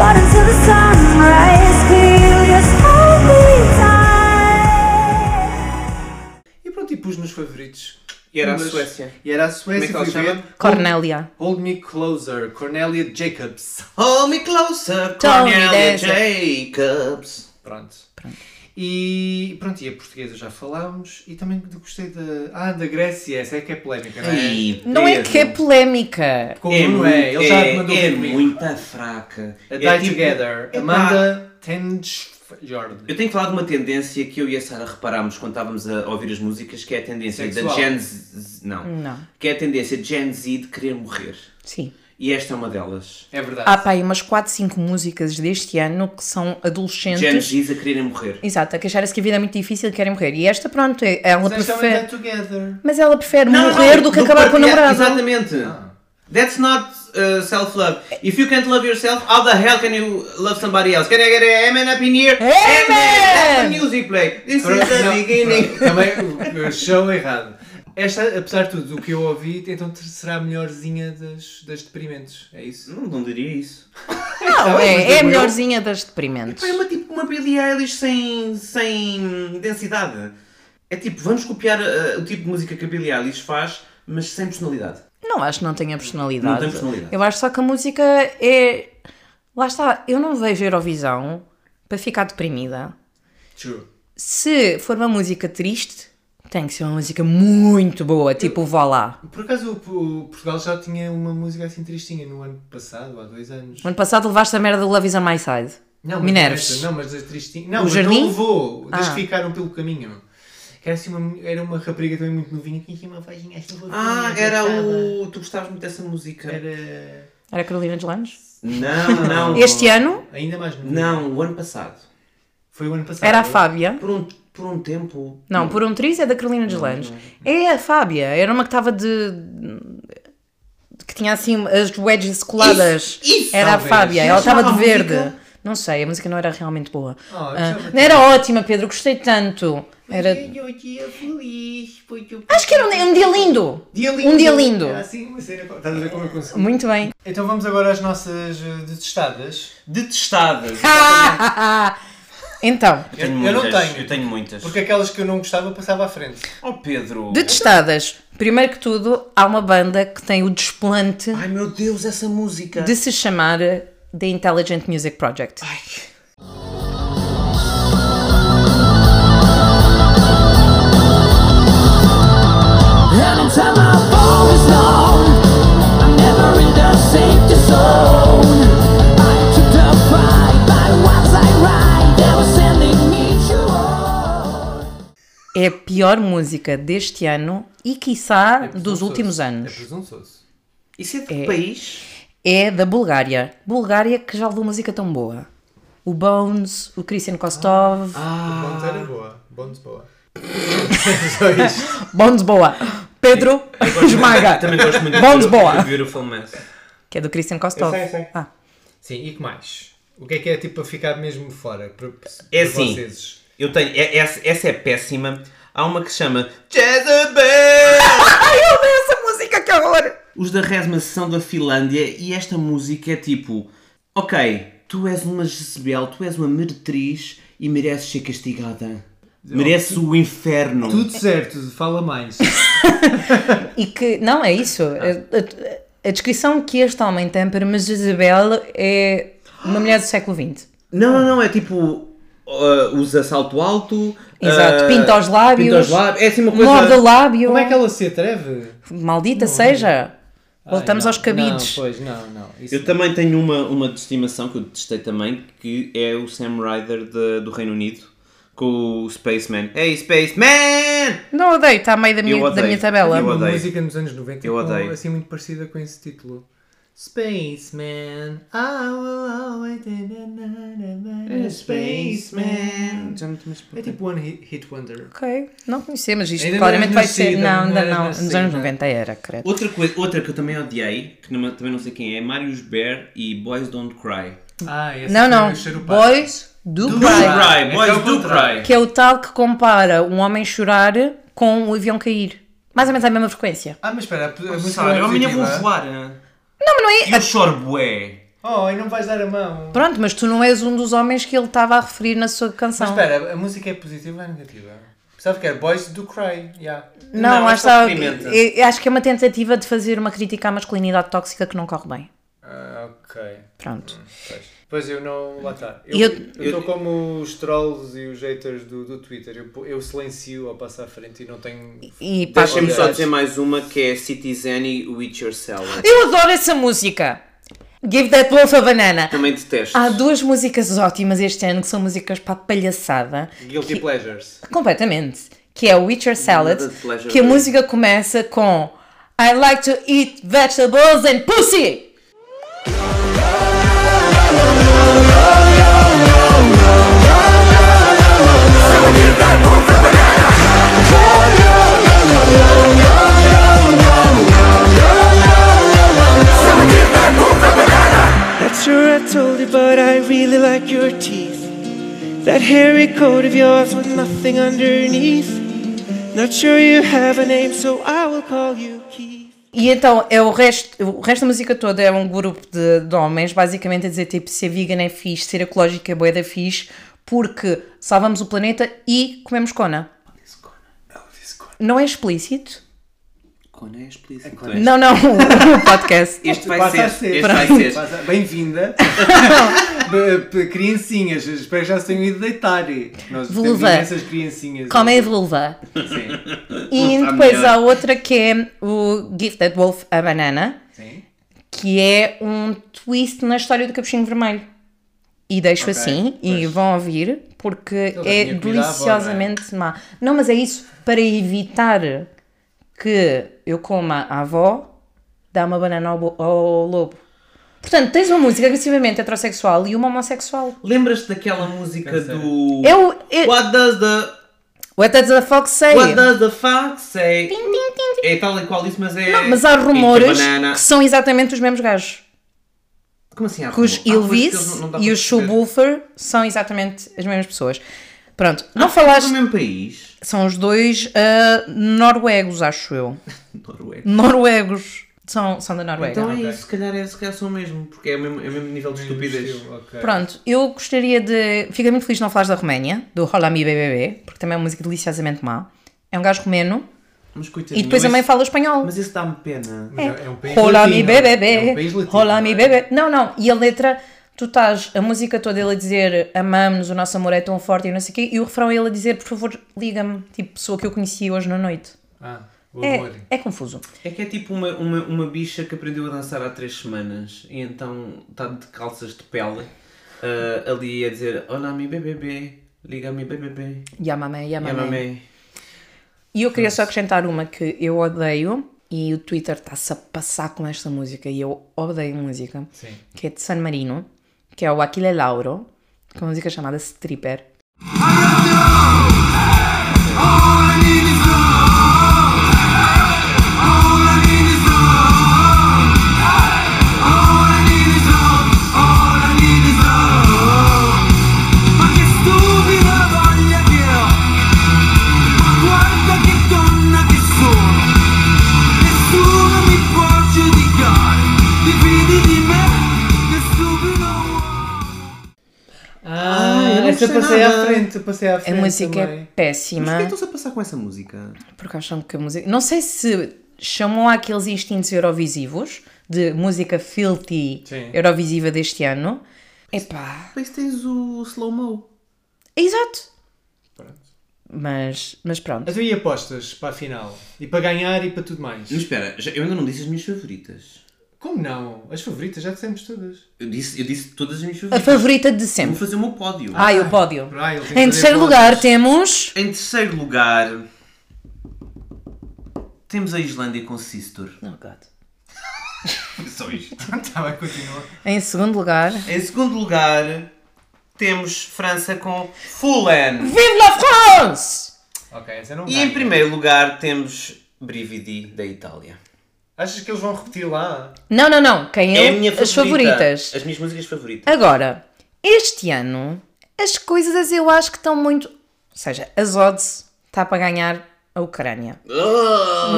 S8: But until the sunrise, could you just hold me tight?
S2: E pronto, e pus nos favoritos.
S3: e era a
S2: Mas-
S3: Suécia.
S2: E era a Suécia.
S3: Como é
S2: fui
S3: que ela se
S2: ver.
S4: Cornélia.
S2: Hold Me Closer, Cornelia Jacobs. [laughs]
S3: Hold me closer,
S4: Tony
S3: Cornelia
S4: Danza.
S3: Jacobs.
S2: Pronto. E pronto, e a portuguesa já falámos. E também gostei da. Ah, da Grécia, essa é que é polémica, não é?
S3: Ai,
S4: Não é
S3: Pedro.
S4: que é polémica.
S2: Como não é? Ele já mandou
S3: é
S2: vir comigo.
S3: muita fraca.
S2: A
S3: É
S2: Die
S3: tipo-
S2: Together,
S3: Epá,
S2: Amanda Tenjord.
S3: Eu tenho que falar de uma tendência que eu e a Sara reparámos quando estávamos a ouvir as músicas, que é a tendência
S2: Sexual.
S3: da Gen Z. Não.
S4: Não.
S3: Que é a tendência Gen Z de querer morrer.
S4: Sim.
S3: E esta é uma delas.
S2: É verdade.
S4: Há pá, aí umas 4, 5 músicas deste ano que são
S3: Gen
S4: adolescentes.
S3: Z a quererem morrer.
S4: Exato, a queixar-se que a vida é muito difícil e querem morrer. E esta, pronto, é- ela
S2: Mas esta é uma Die
S4: prefere.
S2: Together.
S4: Mas ela prefere
S3: Não,
S4: morrer
S3: não,
S4: do que acabar com o
S3: partilhar-
S4: namorado.
S3: Exatamente. Ah. That's not uh, self-love. If you can't love yourself, how the hell can you love somebody else? Can I get an amen up in here?
S4: Amen!
S3: That's the music play. This is the
S2: Não,
S3: beginning.
S2: pronto, Também o show é errado. Esta, apesar de tudo o que eu ouvi, então será a melhorzinha das, das deprimentes. É isso?
S3: Não, não diria isso.
S4: Não,
S2: Ah, mas
S4: é, é a
S2: eu-
S4: melhorzinha das deprimentes.
S3: Pá, É uma, tipo uma Billie Eilish sem, sem densidade. É tipo, vamos copiar uh, o tipo de música que a Billie Eilish faz, mas sem personalidade.
S4: Não acho que não tenha personalidade.
S3: Não tem personalidade.
S4: Eu acho só que a música é. Lá está, eu não vejo Eurovisão para ficar deprimida.
S2: True.
S4: Se for uma música triste, tem que ser uma música muito boa, tipo Vó lá.
S2: Por acaso o, o Portugal já tinha uma música assim tristinha no ano passado, há dois anos.
S4: No ano passado levaste a merda do Love is on my side.
S2: Não, mas
S4: Minerves.
S2: esta, Não, mas das tristinhas. Não,
S4: O
S2: mas
S4: jardim?
S2: não levou. Das
S4: Ah.
S2: que ficaram pelo caminho. Que era, assim uma, era uma rapariga também muito novinha que tinha uma vozinha assim. fofinha,
S3: Ah, era
S2: gostava.
S3: o. Tu gostavas muito dessa música?
S2: Era.
S4: Era Carolina de Lange?
S3: Não, não.
S4: Este ano
S2: Ainda mais novinha.
S3: Não, o ano passado.
S2: Foi o ano passado.
S4: era a Fábia.
S3: Por um, por um tempo.
S4: Não, por um triz é da Carolina de Lange. É a Fábia, era uma que estava de. de- que tinha assim as wedges coladas.
S3: isso,
S4: era
S2: talvez.
S4: a Fábia,
S3: Mas
S4: ela estava
S3: chamava
S4: de
S3: a
S4: verde.
S3: música?
S4: Não sei, a música não era realmente boa.
S2: Oh,
S4: Ah,
S2: gostava
S4: não era ótima, Pedro, gostei tanto. Era... Acho que era um dia, um dia lindo.
S2: Dia
S4: Um dia lindo.
S2: Era assim, uma cena. Estás a ver como eu consegui.
S4: Muito bem.
S2: Então vamos agora às nossas eh, detestadas.
S3: Detestadas.
S4: Ah. então,
S3: Eu, tenho
S2: Eu não
S3: muitas,
S2: tenho.
S3: Eu tenho muitas.
S2: Porque aquelas que eu não gostava passava à frente.
S3: Oh, Pedro.
S4: detestadas. Primeiro que tudo, há uma banda que tem o desplante
S3: Ai meu Deus, essa música.
S4: de se chamar The Intelligent Music Project.
S7: And I'm time my phone is long. I'm never in the safety zone. I took the fight by what I write. They were sending me to
S4: É a pior música deste ano e, quiçá, dos
S2: presunçoso.
S4: últimos
S2: É
S4: anos.
S2: presunçoso.
S3: Isso é de que país?
S4: É da Bulgária. Bulgária que já levou música tão boa. O Bones, o Christian Kostov.
S2: Ah. Bons era boa. Bons [laughs] boa. Ah.
S4: Bones boa. Pedro esmaga.
S3: Também gosto muito
S4: Bones
S3: de
S4: boa.
S3: Beautiful Mess.
S4: Que é do Christian Kostov.
S2: Eu sei, eu sei.
S4: Ah,
S2: Sim, e que mais? O que é que é tipo para ficar mesmo fora? Para,
S3: É
S2: para
S3: assim.
S2: vocês?
S3: Eu tenho. é- essa, essa é péssima. Há uma que se chama Jezebel!
S4: eu odeio essa música, que horror!
S3: Os da Resma são da Finlândia e esta música é tipo. Ok, tu és uma Jezebel, tu és uma meretriz e mereces ser castigada. Mereces o inferno.
S2: Tudo certo, fala mais.
S4: E que, não, é isso.
S2: Ah.
S4: A, a- a descrição que este homem tem para Mas Isabel é uma mulher do século XX.
S3: Não, não, não, é tipo. ah, usa salto alto.
S4: Exato,
S3: ah,
S4: pinta os lábios,
S3: pinta os lábios. É assim uma coisa.
S4: morde o lábio.
S2: Como é que ela se atreve?
S4: Maldita seja!
S2: Ai,
S4: Voltamos
S2: não,
S4: aos cabides.
S2: Não, pois, não, não. Isso
S3: Eu também tenho uma, uma de estimação que eu testei também, que é o Sam Ryder de- do Reino Unido, com o Spaceman. Hey, Spaceman!
S4: Não odeio, está a meio da
S3: Eu
S4: minha, da
S3: odeio.
S4: minha tabela.
S3: Eu
S2: Uma
S3: odeio.
S2: música nos anos 90
S3: Eu
S2: com-
S3: odeio.
S2: assim muito parecida com esse título. Spaceman, Ah, oh, I will always be na- na- na- na- na- É, Spaceman.
S3: Já me tomaste por
S2: É tipo One Hit, hit Wonder.
S4: Ok, não conhecemos isto.
S2: Ainda não
S4: Claramente
S2: eras
S4: vai ser.
S2: nascida,
S4: Não,
S2: ainda
S4: ainda
S2: não
S4: não.
S2: eras
S4: Nos anos
S2: nascida.
S4: 90 era, credo.
S3: Outra, coisa, outra que eu também odiei, que não- também não sei quem é, Marius Bear e Boys Don't Cry.
S2: Ah, esse
S4: Não,
S2: foi
S4: não.
S2: o Xerupá.
S4: Boys do
S3: Do
S4: Cry.
S3: Cry,
S2: Esse
S3: Boys
S2: é o
S3: Do
S2: contrário.
S3: Cry.
S4: Que é o tal que compara um homem chorar com um avião cair. Mais ou menos à mesma frequência.
S2: Ah, mas espera, a p- a música
S3: Sabe,
S2: não é
S3: eu amanhã vou
S2: positiva?
S3: voar. né?
S4: Não, mas não é.
S3: E eu choro bué.
S2: Oh, e não vais dar a mão.
S4: Pronto, mas tu não és um dos homens que ele estava a referir na sua
S2: Mas
S4: canção.
S2: espera, a música é positiva ou é negativa? Pensava que era Boys Do Cry, yeah.
S4: Não,
S3: Não,
S4: lá
S3: é só
S4: está.
S3: pimenta.
S4: eu- eu Acho que é uma tentativa de fazer uma crítica à masculinidade tóxica que não corre bem.
S2: Ah, ok.
S4: Pronto.
S2: Pois. Pois eu não. Lá está.
S4: E eu-
S2: Eu estou como os trolls e os haters do, do Twitter. Eu, po- eu silencio ao passo à frente e não tenho.
S4: E pá,
S3: Deixa-me
S2: Olha,
S3: só
S2: olha.
S3: dizer mais uma que é Citizen e With Yourself.
S4: Eu adoro essa música. Give that wolf a banana.
S3: Também detesto.
S4: Há duas músicas ótimas este ano que são músicas para a palhaçada.
S2: Guilty Pleasures.
S4: Completamente. Que é o Witcher Salad.
S3: Nada de pleasure
S4: Que a
S3: day.
S4: música começa com I like to eat vegetables and pussy.
S7: That's sure I told you, but I really like your teeth. That hairy coat of yours with nothing underneath. Not sure you have a name, so I will call you Keith.
S4: E então é o resto, o resto da música toda é um grupo de, de homens, basicamente a dizer tipo ser vegan é fixe, ser ecológico é boeda fixe, porque salvamos o planeta e comemos cona. Não é explícito?
S3: Quando é explícito.
S4: Não, não, [laughs] o podcast.
S3: Este vai
S2: Passa
S3: ser.
S2: a ser.
S3: Este vai ser.
S2: Passa- Bem-vinda. B- p- criancinhas, espero que já se tenham ido deitar. Nós temos
S4: Vulva.
S2: imensas criancinhas.
S4: Comem vulva.
S2: Sim.
S4: E
S3: Vulva
S4: depois
S3: Tá melhor.
S4: há outra que é o Give That Wolf a Banana,
S2: Sim.
S4: que é um twist na história do Capuchinho Vermelho. E deixo assim e vão ouvir, porque
S2: já
S4: é
S2: tinha comida à avó,
S4: deliciosamente má. Não, mas é isso, para evitar que eu coma a avó, dá uma banana ao, bo- ao lobo. Portanto, tens uma música agressivamente heterossexual e uma homossexual. É
S3: Lembras-te daquela música do.
S4: Eu. eu what?
S3: What does the.
S4: does the fox say?
S3: What does the fuck say?
S4: Tim, tim, tim,
S3: É tal e qual isso, mas é.
S4: Não, mas há
S3: Pinta
S4: rumores
S3: banana.
S4: que são exatamente os mesmos gajos.
S3: Como assim há
S4: Que
S3: rumores? Há coisas
S4: os
S3: que eles
S4: Ilvis
S3: não- não dá
S4: e
S3: para
S4: os Schubulfer são exatamente as mesmas pessoas. Pronto,
S3: perceber.
S4: não
S3: São
S4: falaste.
S3: do É mesmo país.
S4: São os dois ah, noruegos, acho eu. [laughs]
S3: Noruega.
S4: Noruegos. São, são da Noruega.
S3: é. Então é isso, se calhar é, se calhar são mesmo, porque é o mesmo, é o mesmo nível de estupidez.
S2: Ok.
S4: Pronto, eu gostaria de. Fiquei muito feliz de não falares da Roménia, do Holami BBB, porque também é uma música deliciosamente má. É um gajo romeno
S3: Mas coitadinho.
S4: e depois a
S3: esse-
S4: mãe fala espanhol.
S3: Mas isso dá-me pena.
S2: Mas É, é um país
S4: Rola mi
S2: latino.
S4: bebê,
S2: É um país latino,
S4: rola mi
S2: não é?
S4: bebê. Não, não, e a letra, tu estás a música toda ele a dizer amamos, o nosso amor é tão forte e não sei o quê, e o refrão é ele a dizer por favor liga-me, tipo pessoa que eu conheci hoje na noite.
S2: Ah, o amor.
S4: É, é confuso.
S3: É que é tipo uma, uma, uma bicha que aprendeu a dançar há três semanas e então está de calças de pele ah, ali a dizer Olá, mi bebê, liga-me bebê,
S4: Yamame, yamame.
S3: yamame.
S4: E eu queria só acrescentar uma que eu odeio e o Twitter está-se a passar com esta música e eu odeio música,
S2: Sim.
S4: que é de San Marino, que é o Aquile Lauro, com uma música chamada Stripper.
S7: Ma che stupida voglia che ho Ma guarda che donna che sono Nessuno mi può giudicare Dividi di me che stupido
S2: Ah,
S3: eu não
S2: essa
S3: gostei
S2: passei
S3: nada.
S2: à frente, passei à
S4: A
S2: frente.
S4: música é
S2: também.
S3: Mas porquê
S4: péssima.
S3: estão-se a passar com essa música?
S4: Porque acham que a música. Não sei se chamou àqueles instintos eurovisivos de música filthy
S2: Sim.
S4: eurovisiva deste ano. Epá,
S3: Depois tens o slow-mo.
S4: Exato. Mas, mas pronto.
S2: Então e apostas para a final? E para ganhar e para tudo mais?
S3: Mas espera, já- eu ainda não disse as minhas favoritas.
S2: Como não? As favoritas já dissemos todas.
S3: Eu disse, eu disse todas as minhas
S4: A
S3: favoritas.
S4: favorita de
S3: Vou
S4: sempre.
S3: fazer o meu pódio.
S4: Ai, o pódio.
S2: Ai, ele tem que
S4: Em
S2: fazer
S4: terceiro
S2: todas.
S4: lugar temos.
S3: Em terceiro lugar, temos a Islândia com Sistur.
S4: Oh, God.
S3: Só isto.
S2: Tá bem, continua.
S4: Em segundo lugar.
S3: Em segundo lugar, temos França com Fulham.
S4: Vive la France!
S2: Ok, essa não
S3: E
S2: ganha.
S3: em primeiro lugar, temos Brividi da Itália.
S2: Achas que eles vão repetir lá?
S4: Não, não, não. Quem é,
S3: a minha
S4: as
S3: favorita.
S4: favoritas?
S3: As minhas músicas favoritas.
S4: Agora, este ano, as coisas eu acho que estão muito. Ou seja, as odds está para ganhar a Ucrânia.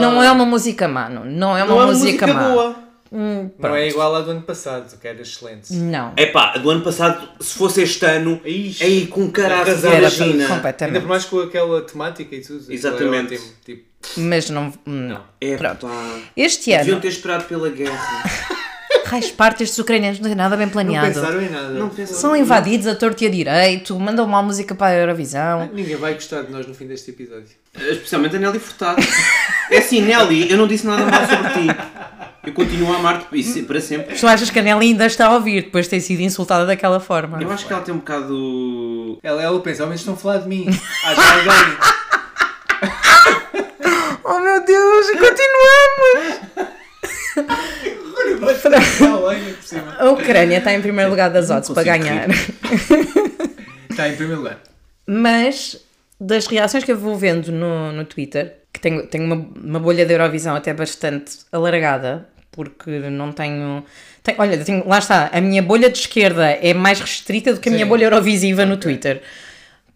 S4: Não é uma música má, não, não é Ah. uma
S3: Não é uma
S4: música,
S3: Ah, música
S4: má.
S3: boa.
S2: Não é igual à do ano passado, que era excelente.
S4: Não.
S3: Epá, do ano passado, se fosse este ano,
S2: Ixi.
S3: aí com caralho,
S2: Arrasava.
S4: Era
S3: imagina.
S2: Ainda
S4: completamente.
S2: por mais com aquela temática e tudo.
S3: Exatamente.
S2: aquilo era ótimo, Tipo,
S4: Mas não. não.
S3: É,
S4: Pronto.
S3: pá.
S4: Este
S3: Deviam
S4: ano,
S3: ter esperado pela guerra.
S4: raios parte, estes ucranianos não têm nada bem
S2: não
S4: planeado.
S2: pensaram em nada.
S4: São invadidos a torto e a direito, mandam uma música para a Eurovisão.
S2: Ninguém vai gostar de nós no fim deste episódio.
S3: Especialmente a Nelly Furtado. [laughs] É assim, Nelly, eu não disse nada mal sobre ti. Eu continuo a amar-te e se- para sempre.
S4: Tu achas que a Nelly ainda está a ouvir depois de ter sido insultada daquela forma?
S3: Eu acho que ela tem um bocado.
S2: Ela, ela pensa, ao menos estão a falar de
S4: [laughs]
S2: mim. Ah, já ganho.
S4: Oh meu Deus, continuamos!
S2: Vai ficar mal, Tá, olha, por cima.
S4: A Ucrânia está em primeiro lugar das odds para
S3: consigo
S4: ganhar.
S2: Está Tá em primeiro lugar.
S4: [laughs] Mas das reações que eu vou vendo no, no Twitter, que tenho, tenho uma, uma bolha da Eurovisão até bastante alargada, porque não tenho. tenho- olha, tenho- lá está, a minha bolha de esquerda é mais restrita do que a minha bolha Eurovisiva no Twitter.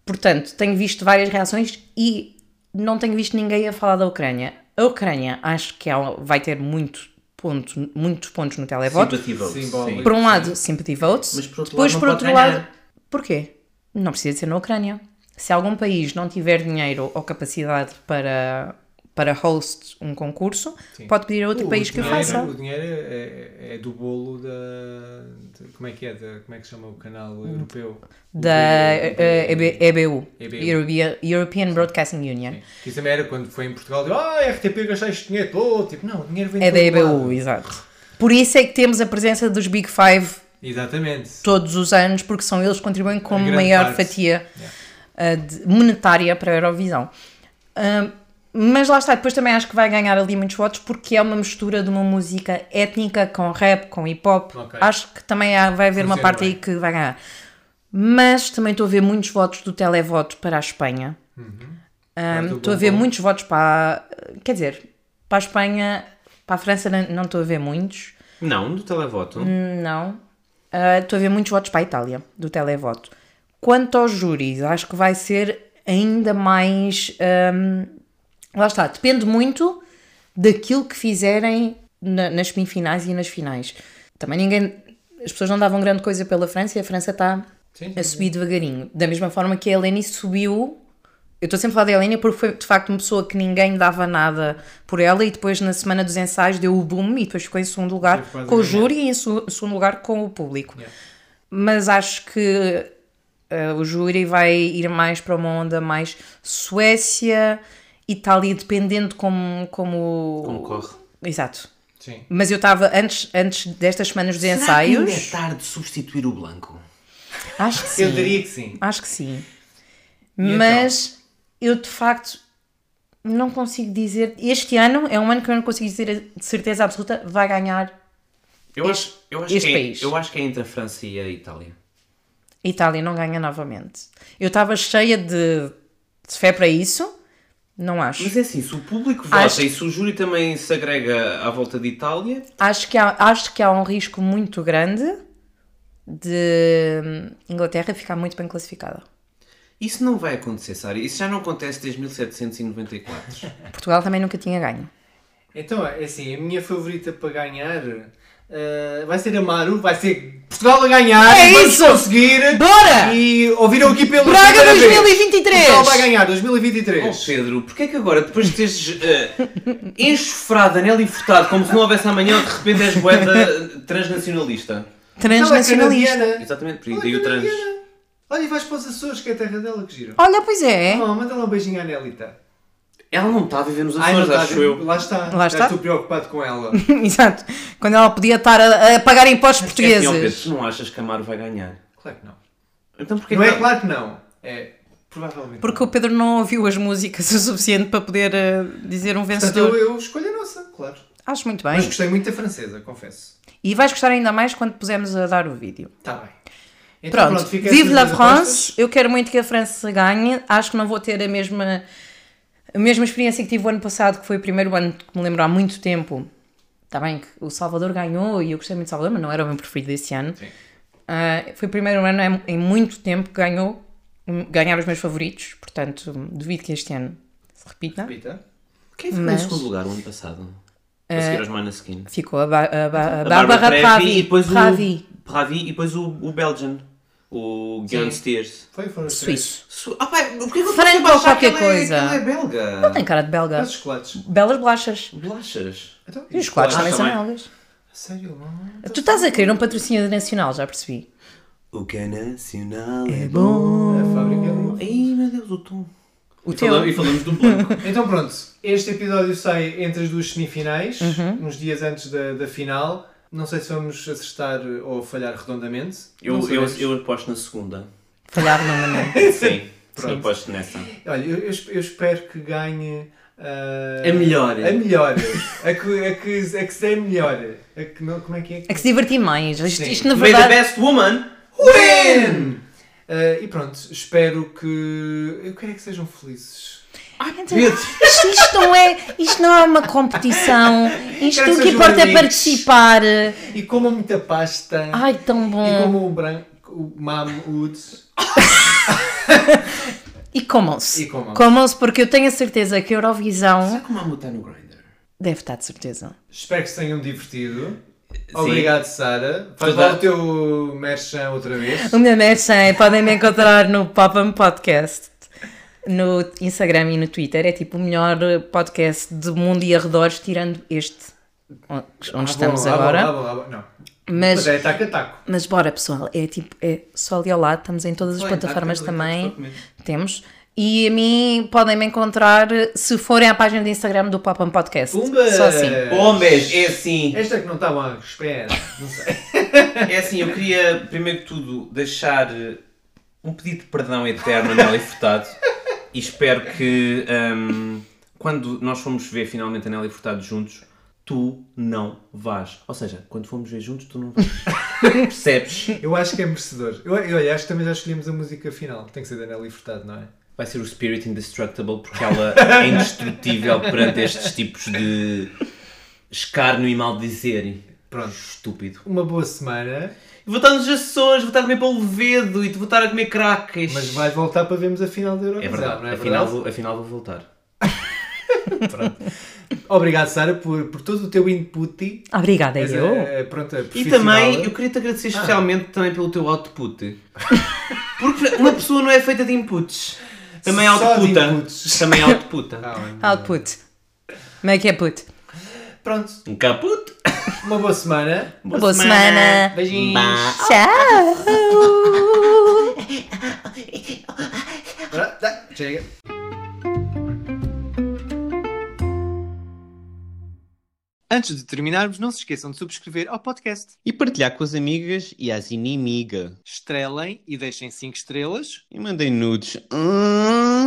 S4: Portanto, tenho visto várias reações e não tenho visto ninguém a falar da Ucrânia. A Ucrânia acho que ela vai ter muito ponto, muitos pontos no televoto.
S3: Sympathy votes,
S2: Simbólico.
S3: sim.
S4: Por um lado, sympathy votes.
S3: Mas por outro
S4: depois,
S3: lado,
S4: por
S3: não
S4: outro
S3: pode
S4: lado,
S3: ganhar.
S4: porquê? Não precisa de ser na Ucrânia. Se algum país não tiver dinheiro ou capacidade para, para host um concurso, pode pedir a outro
S2: O
S4: país que
S2: dinheiro-
S4: faça.
S2: O dinheiro é, é- é do bolo da. de- como é que é? Da- como é que se chama o canal europeu?
S4: Hum. Da eh, EB- EBU,
S2: EBU.
S4: European, European Broadcasting Union.
S2: Que isso também era quando foi em Portugal. deu, Ah, RTP gastar este dinheiro todo. Tipo, não, o dinheiro vem
S4: É
S2: do
S4: da
S2: outro
S4: EBU,
S2: lado.
S4: exato. Por isso é que temos a presença dos Big Five
S2: Exatamente.
S4: todos os anos, porque são eles que contribuem com
S2: Em grande
S4: maior
S2: parte.
S4: fatia ah, de- monetária para a Eurovisão. Ah, mas lá está, depois também acho que vai ganhar ali muitos votos porque é uma mistura de uma música étnica com rap, com hip hop.
S2: Ok.
S4: Acho que também há- vai haver uma
S2: Funciona
S4: parte
S2: bem.
S4: aí que vai ganhar. Mas também estou a ver muitos votos do televoto para a Espanha.
S2: Uhum.
S4: Ah,
S2: Voto
S4: estou a
S2: bom,
S4: ver
S2: bom.
S4: muitos votos para. a- Quer dizer, para a Espanha, para a França não não estou a ver muitos.
S3: Não, do televoto.
S4: Hum. Não. Ah, Estou a ver muitos votos para a Itália, do televoto. Quanto aos júris, acho que vai ser ainda mais. ahm, lá está, depende muito daquilo que fizerem na- nas semifinais e nas finais. Também ninguém. As pessoas não davam grande coisa pela França e a França está
S2: Sim, sim,
S4: a subir devagarinho. Da mesma forma que a Eleni subiu. Eu estou sempre a falar da Eleni porque foi de facto uma pessoa que ninguém dava nada por ela e depois na semana dos ensaios deu o boom e depois ficou em segundo lugar
S2: Teve quase
S4: com
S2: a
S4: o
S2: ganhar.
S4: júri e em su- segundo lugar com o público. Mas acho que eh, o júri vai ir mais para uma onda mais Suécia, Itália, dependendo como. Como,
S3: Como corre.
S4: Exato.
S2: Sim.
S4: Mas eu estava antes, antes destas semanas dos
S3: Será que ainda tá? é
S4: ensaios.
S3: tarde de substituir o Blanco.
S4: Acho que sim.
S2: Eu diria que sim.
S4: Acho que sim.
S2: então?
S4: Mas eu de facto não consigo dizer. Este ano é um ano que eu não consigo dizer de certeza absoluta vai ganhar
S3: Eu acho, eu acho
S4: este
S3: que é,
S4: país.
S3: Eu acho que é entre a França e a Itália.
S4: A Itália não ganha novamente. Eu estava cheia de, de fé para isso, não acho.
S3: Mas é assim, se o público vota
S4: Acho-
S3: e se o júri também se agrega à volta de Itália,
S4: Acho, que há, acho que há um risco muito grande de hum, Inglaterra ficar muito bem classificada.
S3: isso não vai acontecer, Sara. Isso já não acontece desde [laughs] 1794.
S4: Portugal também nunca tinha ganho.
S2: Então, é assim, a minha favorita para ganhar eh, vai ser a Maru, vai ser Portugal a ganhar,
S4: É
S2: vamos
S4: isso!
S2: conseguir.
S4: Bora!
S2: E ouviram aqui pelo
S4: Braga 2023!
S2: Portugal vai ganhar
S3: oh
S2: 2023.
S3: Pedro, porquê é que agora, depois de teres uh, enxofrado a Nelly Furtado como se não houvesse amanhã, de repente és boeda transnacionalista?
S2: Ela é
S4: Transnacionalista.
S2: canadiana. é
S3: Exatamente, por aí daí o trans.
S2: Olha, e vais para os Açores, que é a terra dela que gira.
S4: Olha, pois é.
S2: Oh, manda lá um beijinho à Nelita.
S3: Ela não tá está a viver nos
S2: Ai, não
S3: Açores,
S2: está a
S3: acho
S2: ver-
S3: eu.
S2: Lá está.
S4: Lá está.
S2: Estou preocupado com
S4: [laughs]
S2: ela.
S4: Exato. Quando ela podia estar a, a pagar impostos
S3: É assim, ó, Pedro,
S4: portugueses.
S3: tu não achas que Amaro vai ganhar?
S2: Claro que não.
S3: Então porquê
S2: não
S3: que
S2: é claro que não. É provavelmente.
S4: Porque o Pedro não ouviu as músicas [laughs] o suficiente para poder eh, dizer um
S2: Portanto,
S4: vencedor.
S2: eu, eu escolho a nossa, claro.
S4: Acho muito bem.
S2: Mas gostei muito da francesa, confesso.
S4: E vais gostar ainda mais quando pusermos a dar o vídeo.
S2: Está Tá bem. Então,
S4: Pronto,
S2: fica
S4: vive
S2: estas
S4: la
S2: duas
S4: France. Eu quero muito que a França ganhe. Acho que não vou ter a mesma, a mesma experiência que tive o ano passado, que foi o primeiro ano que me lembro há muito tempo. Está bem que o Salvador ganhou e eu gostei muito do Salvador, mas não era o meu preferido desse ano. Ah, foi o primeiro ano em- em muito tempo que ganhou, ganhar os meus favoritos. Portanto, duvido que este ano se repita.
S2: Repita.
S3: Quem ficou
S4: Mas- É.
S3: em segundo lugar o ano passado? A seguir aos Måneskin.
S4: Ficou a, ba a, ba a
S3: A
S4: Bárbara
S3: Previ
S4: Pravi.
S3: e depois o...
S4: Pravi.
S3: Pravi e depois o, o Belgian. O Guillaume Steers.
S2: Foi, foram os três.
S4: Suíço.
S3: Su... Ah pá, porquê que eu
S4: Franco
S3: sempre a achar que
S4: ou qualquer
S3: ela é-
S4: coisa.
S3: que Ela é belga.
S4: Tem cara de belga.
S2: Os chocolates.
S4: Belas bolachas.
S3: Bolachas.
S2: Então,
S4: E os chocolates também são
S3: também.
S4: belgas.
S2: Sério, não?
S4: Tu estás a querer um patrocínio nacional, já percebi.
S3: O que é nacional é
S2: A fábrica é uma.
S3: Ai meu Deus, o tom.
S4: O
S3: E falamos,
S4: teu.
S3: e falamos do
S4: [laughs]
S3: blanco.
S2: Então pronto, este episódio sai entre as duas semifinais,
S4: Uhum.
S2: uns dias antes da, da final. Não sei se vamos acertar eh, ou falhar redondamente.
S3: Eu,
S2: Não
S3: eu,
S2: sabemos.
S3: eu aposto na
S4: [laughs]
S3: segunda.
S4: Falhar não, não.
S3: Sim. Eu aposto nessa.
S2: Olha, eu, eu esp- eu espero que ganhe. ah,
S4: É
S3: A É melhor.
S2: A melhor. a, que, a, que, a que se é melhor. A que não, como é que é?
S4: É que se divertir mais. Isto,
S2: Sim.
S4: isto na
S3: May the
S4: verdade.
S3: best woman
S2: Win! Ah, e pronto, espero que. Eu quero é que sejam felizes.
S4: Isto, isto não é, isto não é uma competição.
S2: Quero
S4: Isto
S2: que um
S4: o que
S2: sejam
S4: importa é
S2: amigos.
S4: participar.
S2: E comam muita pasta.
S4: Ai, é. tão
S2: E
S4: bom.
S2: comam o branco, o mamud.
S4: E comam-se.
S2: E comam-se.
S4: Comam-se, porque eu tenho a certeza que a Eurovisão
S3: como a mutar no grinder.
S4: deve estar de certeza.
S2: Espero que se tenham divertido. Obrigado, Sara. Faz
S3: Toda-
S2: lá o teu merchan outra vez.
S4: O meu merchan podem me encontrar no Pop-Up Podcast, no Instagram e no Twitter. É tipo o melhor podcast do mundo e arredores, tirando este, onde estamos
S2: Ah, bom,
S4: agora.
S2: ah, bom, ah, bom, ah, bom. Não.
S4: Mas,
S2: Mas é taco a taco.
S4: mas bora, pessoal, é tipo, é só ali ao lado, estamos em todas as
S3: Bem,
S4: plataformas
S3: tá, tá, tá,
S4: também.
S3: tá, tá, tá,
S4: Temos. E a mim podem me encontrar se forem à página do Instagram do Pop-Up Podcast.
S2: Pumba!
S4: Só assim.
S3: Homens, é assim.
S2: Esta é que não estava à espera. Não sei.
S3: É assim, eu queria, primeiro que tudo, deixar eh, um pedido de perdão eterno a Nelly Furtado e espero que ahm, quando nós formos ver finalmente a Nelly Furtado juntos, tu não vás. Ou seja, quando formos ver juntos, tu não
S2: [laughs]
S3: vais. Percebes?
S2: Eu acho que é merecedor. Eu, eu, olha, acho que também já escolhemos a música final. Tem que ser da Nelly Furtado, não é?
S3: Vai ser o Spirit Indestructible porque ela é indestrutível perante estes tipos de escárnio e maldizer.
S2: Pronto.
S3: Estúpido.
S2: Uma boa semana,
S3: Vou estar nos Açores, vou estar a comer para o Levedo e vou estar a comer craques.
S2: mas vais voltar para vermos a final da
S3: É
S2: Eurovisão,
S3: verdade,
S2: não é
S3: afinal,
S2: verdade?
S3: vou, afinal vou voltar.
S2: Obrigado, Sara, por, por todo o teu input. E,
S4: Obrigada, eu.
S2: eh, pronto, a
S3: E
S2: profissional.
S3: também, eu queria te agradecer especialmente também pelo teu output. [laughs] Porque uma pessoa não é feita de inputs. Também é
S2: Só de
S3: outputa.
S2: inputs.
S3: Também é outputa.
S4: Output. Make é put.
S2: Pronto,
S3: [laughs] Um caput.
S2: uma boa semana.
S4: Boa, semana.
S2: Beijinhos.
S4: [laughs] Tchau.
S2: Ah, Chega. Antes de terminarmos, não se esqueçam de subscrever ao podcast.
S9: E partilhar com as amigas e as inimigas.
S2: Estrelem e deixem 5 estrelas.
S9: E mandem nudes.
S2: Ah,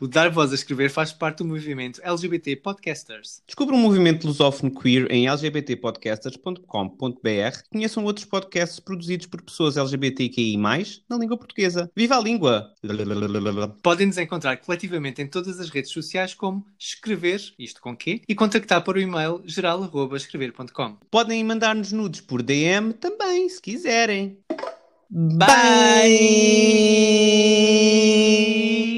S2: O Dar Voz a Escrever faz parte do movimento LGBT Podcasters.
S9: Descubra o movimento lusófono queer em lgbtpodcasters.com.br e conheçam outros podcasts produzidos por pessoas LGBTQI+, na língua portuguesa. Viva a língua!
S2: Podem nos encontrar coletivamente em todas as redes sociais, como Escrever, isto com Q, e contactar por o e-mail geral.escrever.com.
S9: Podem mandar-nos nudes por DM também, se quiserem.
S2: Bye!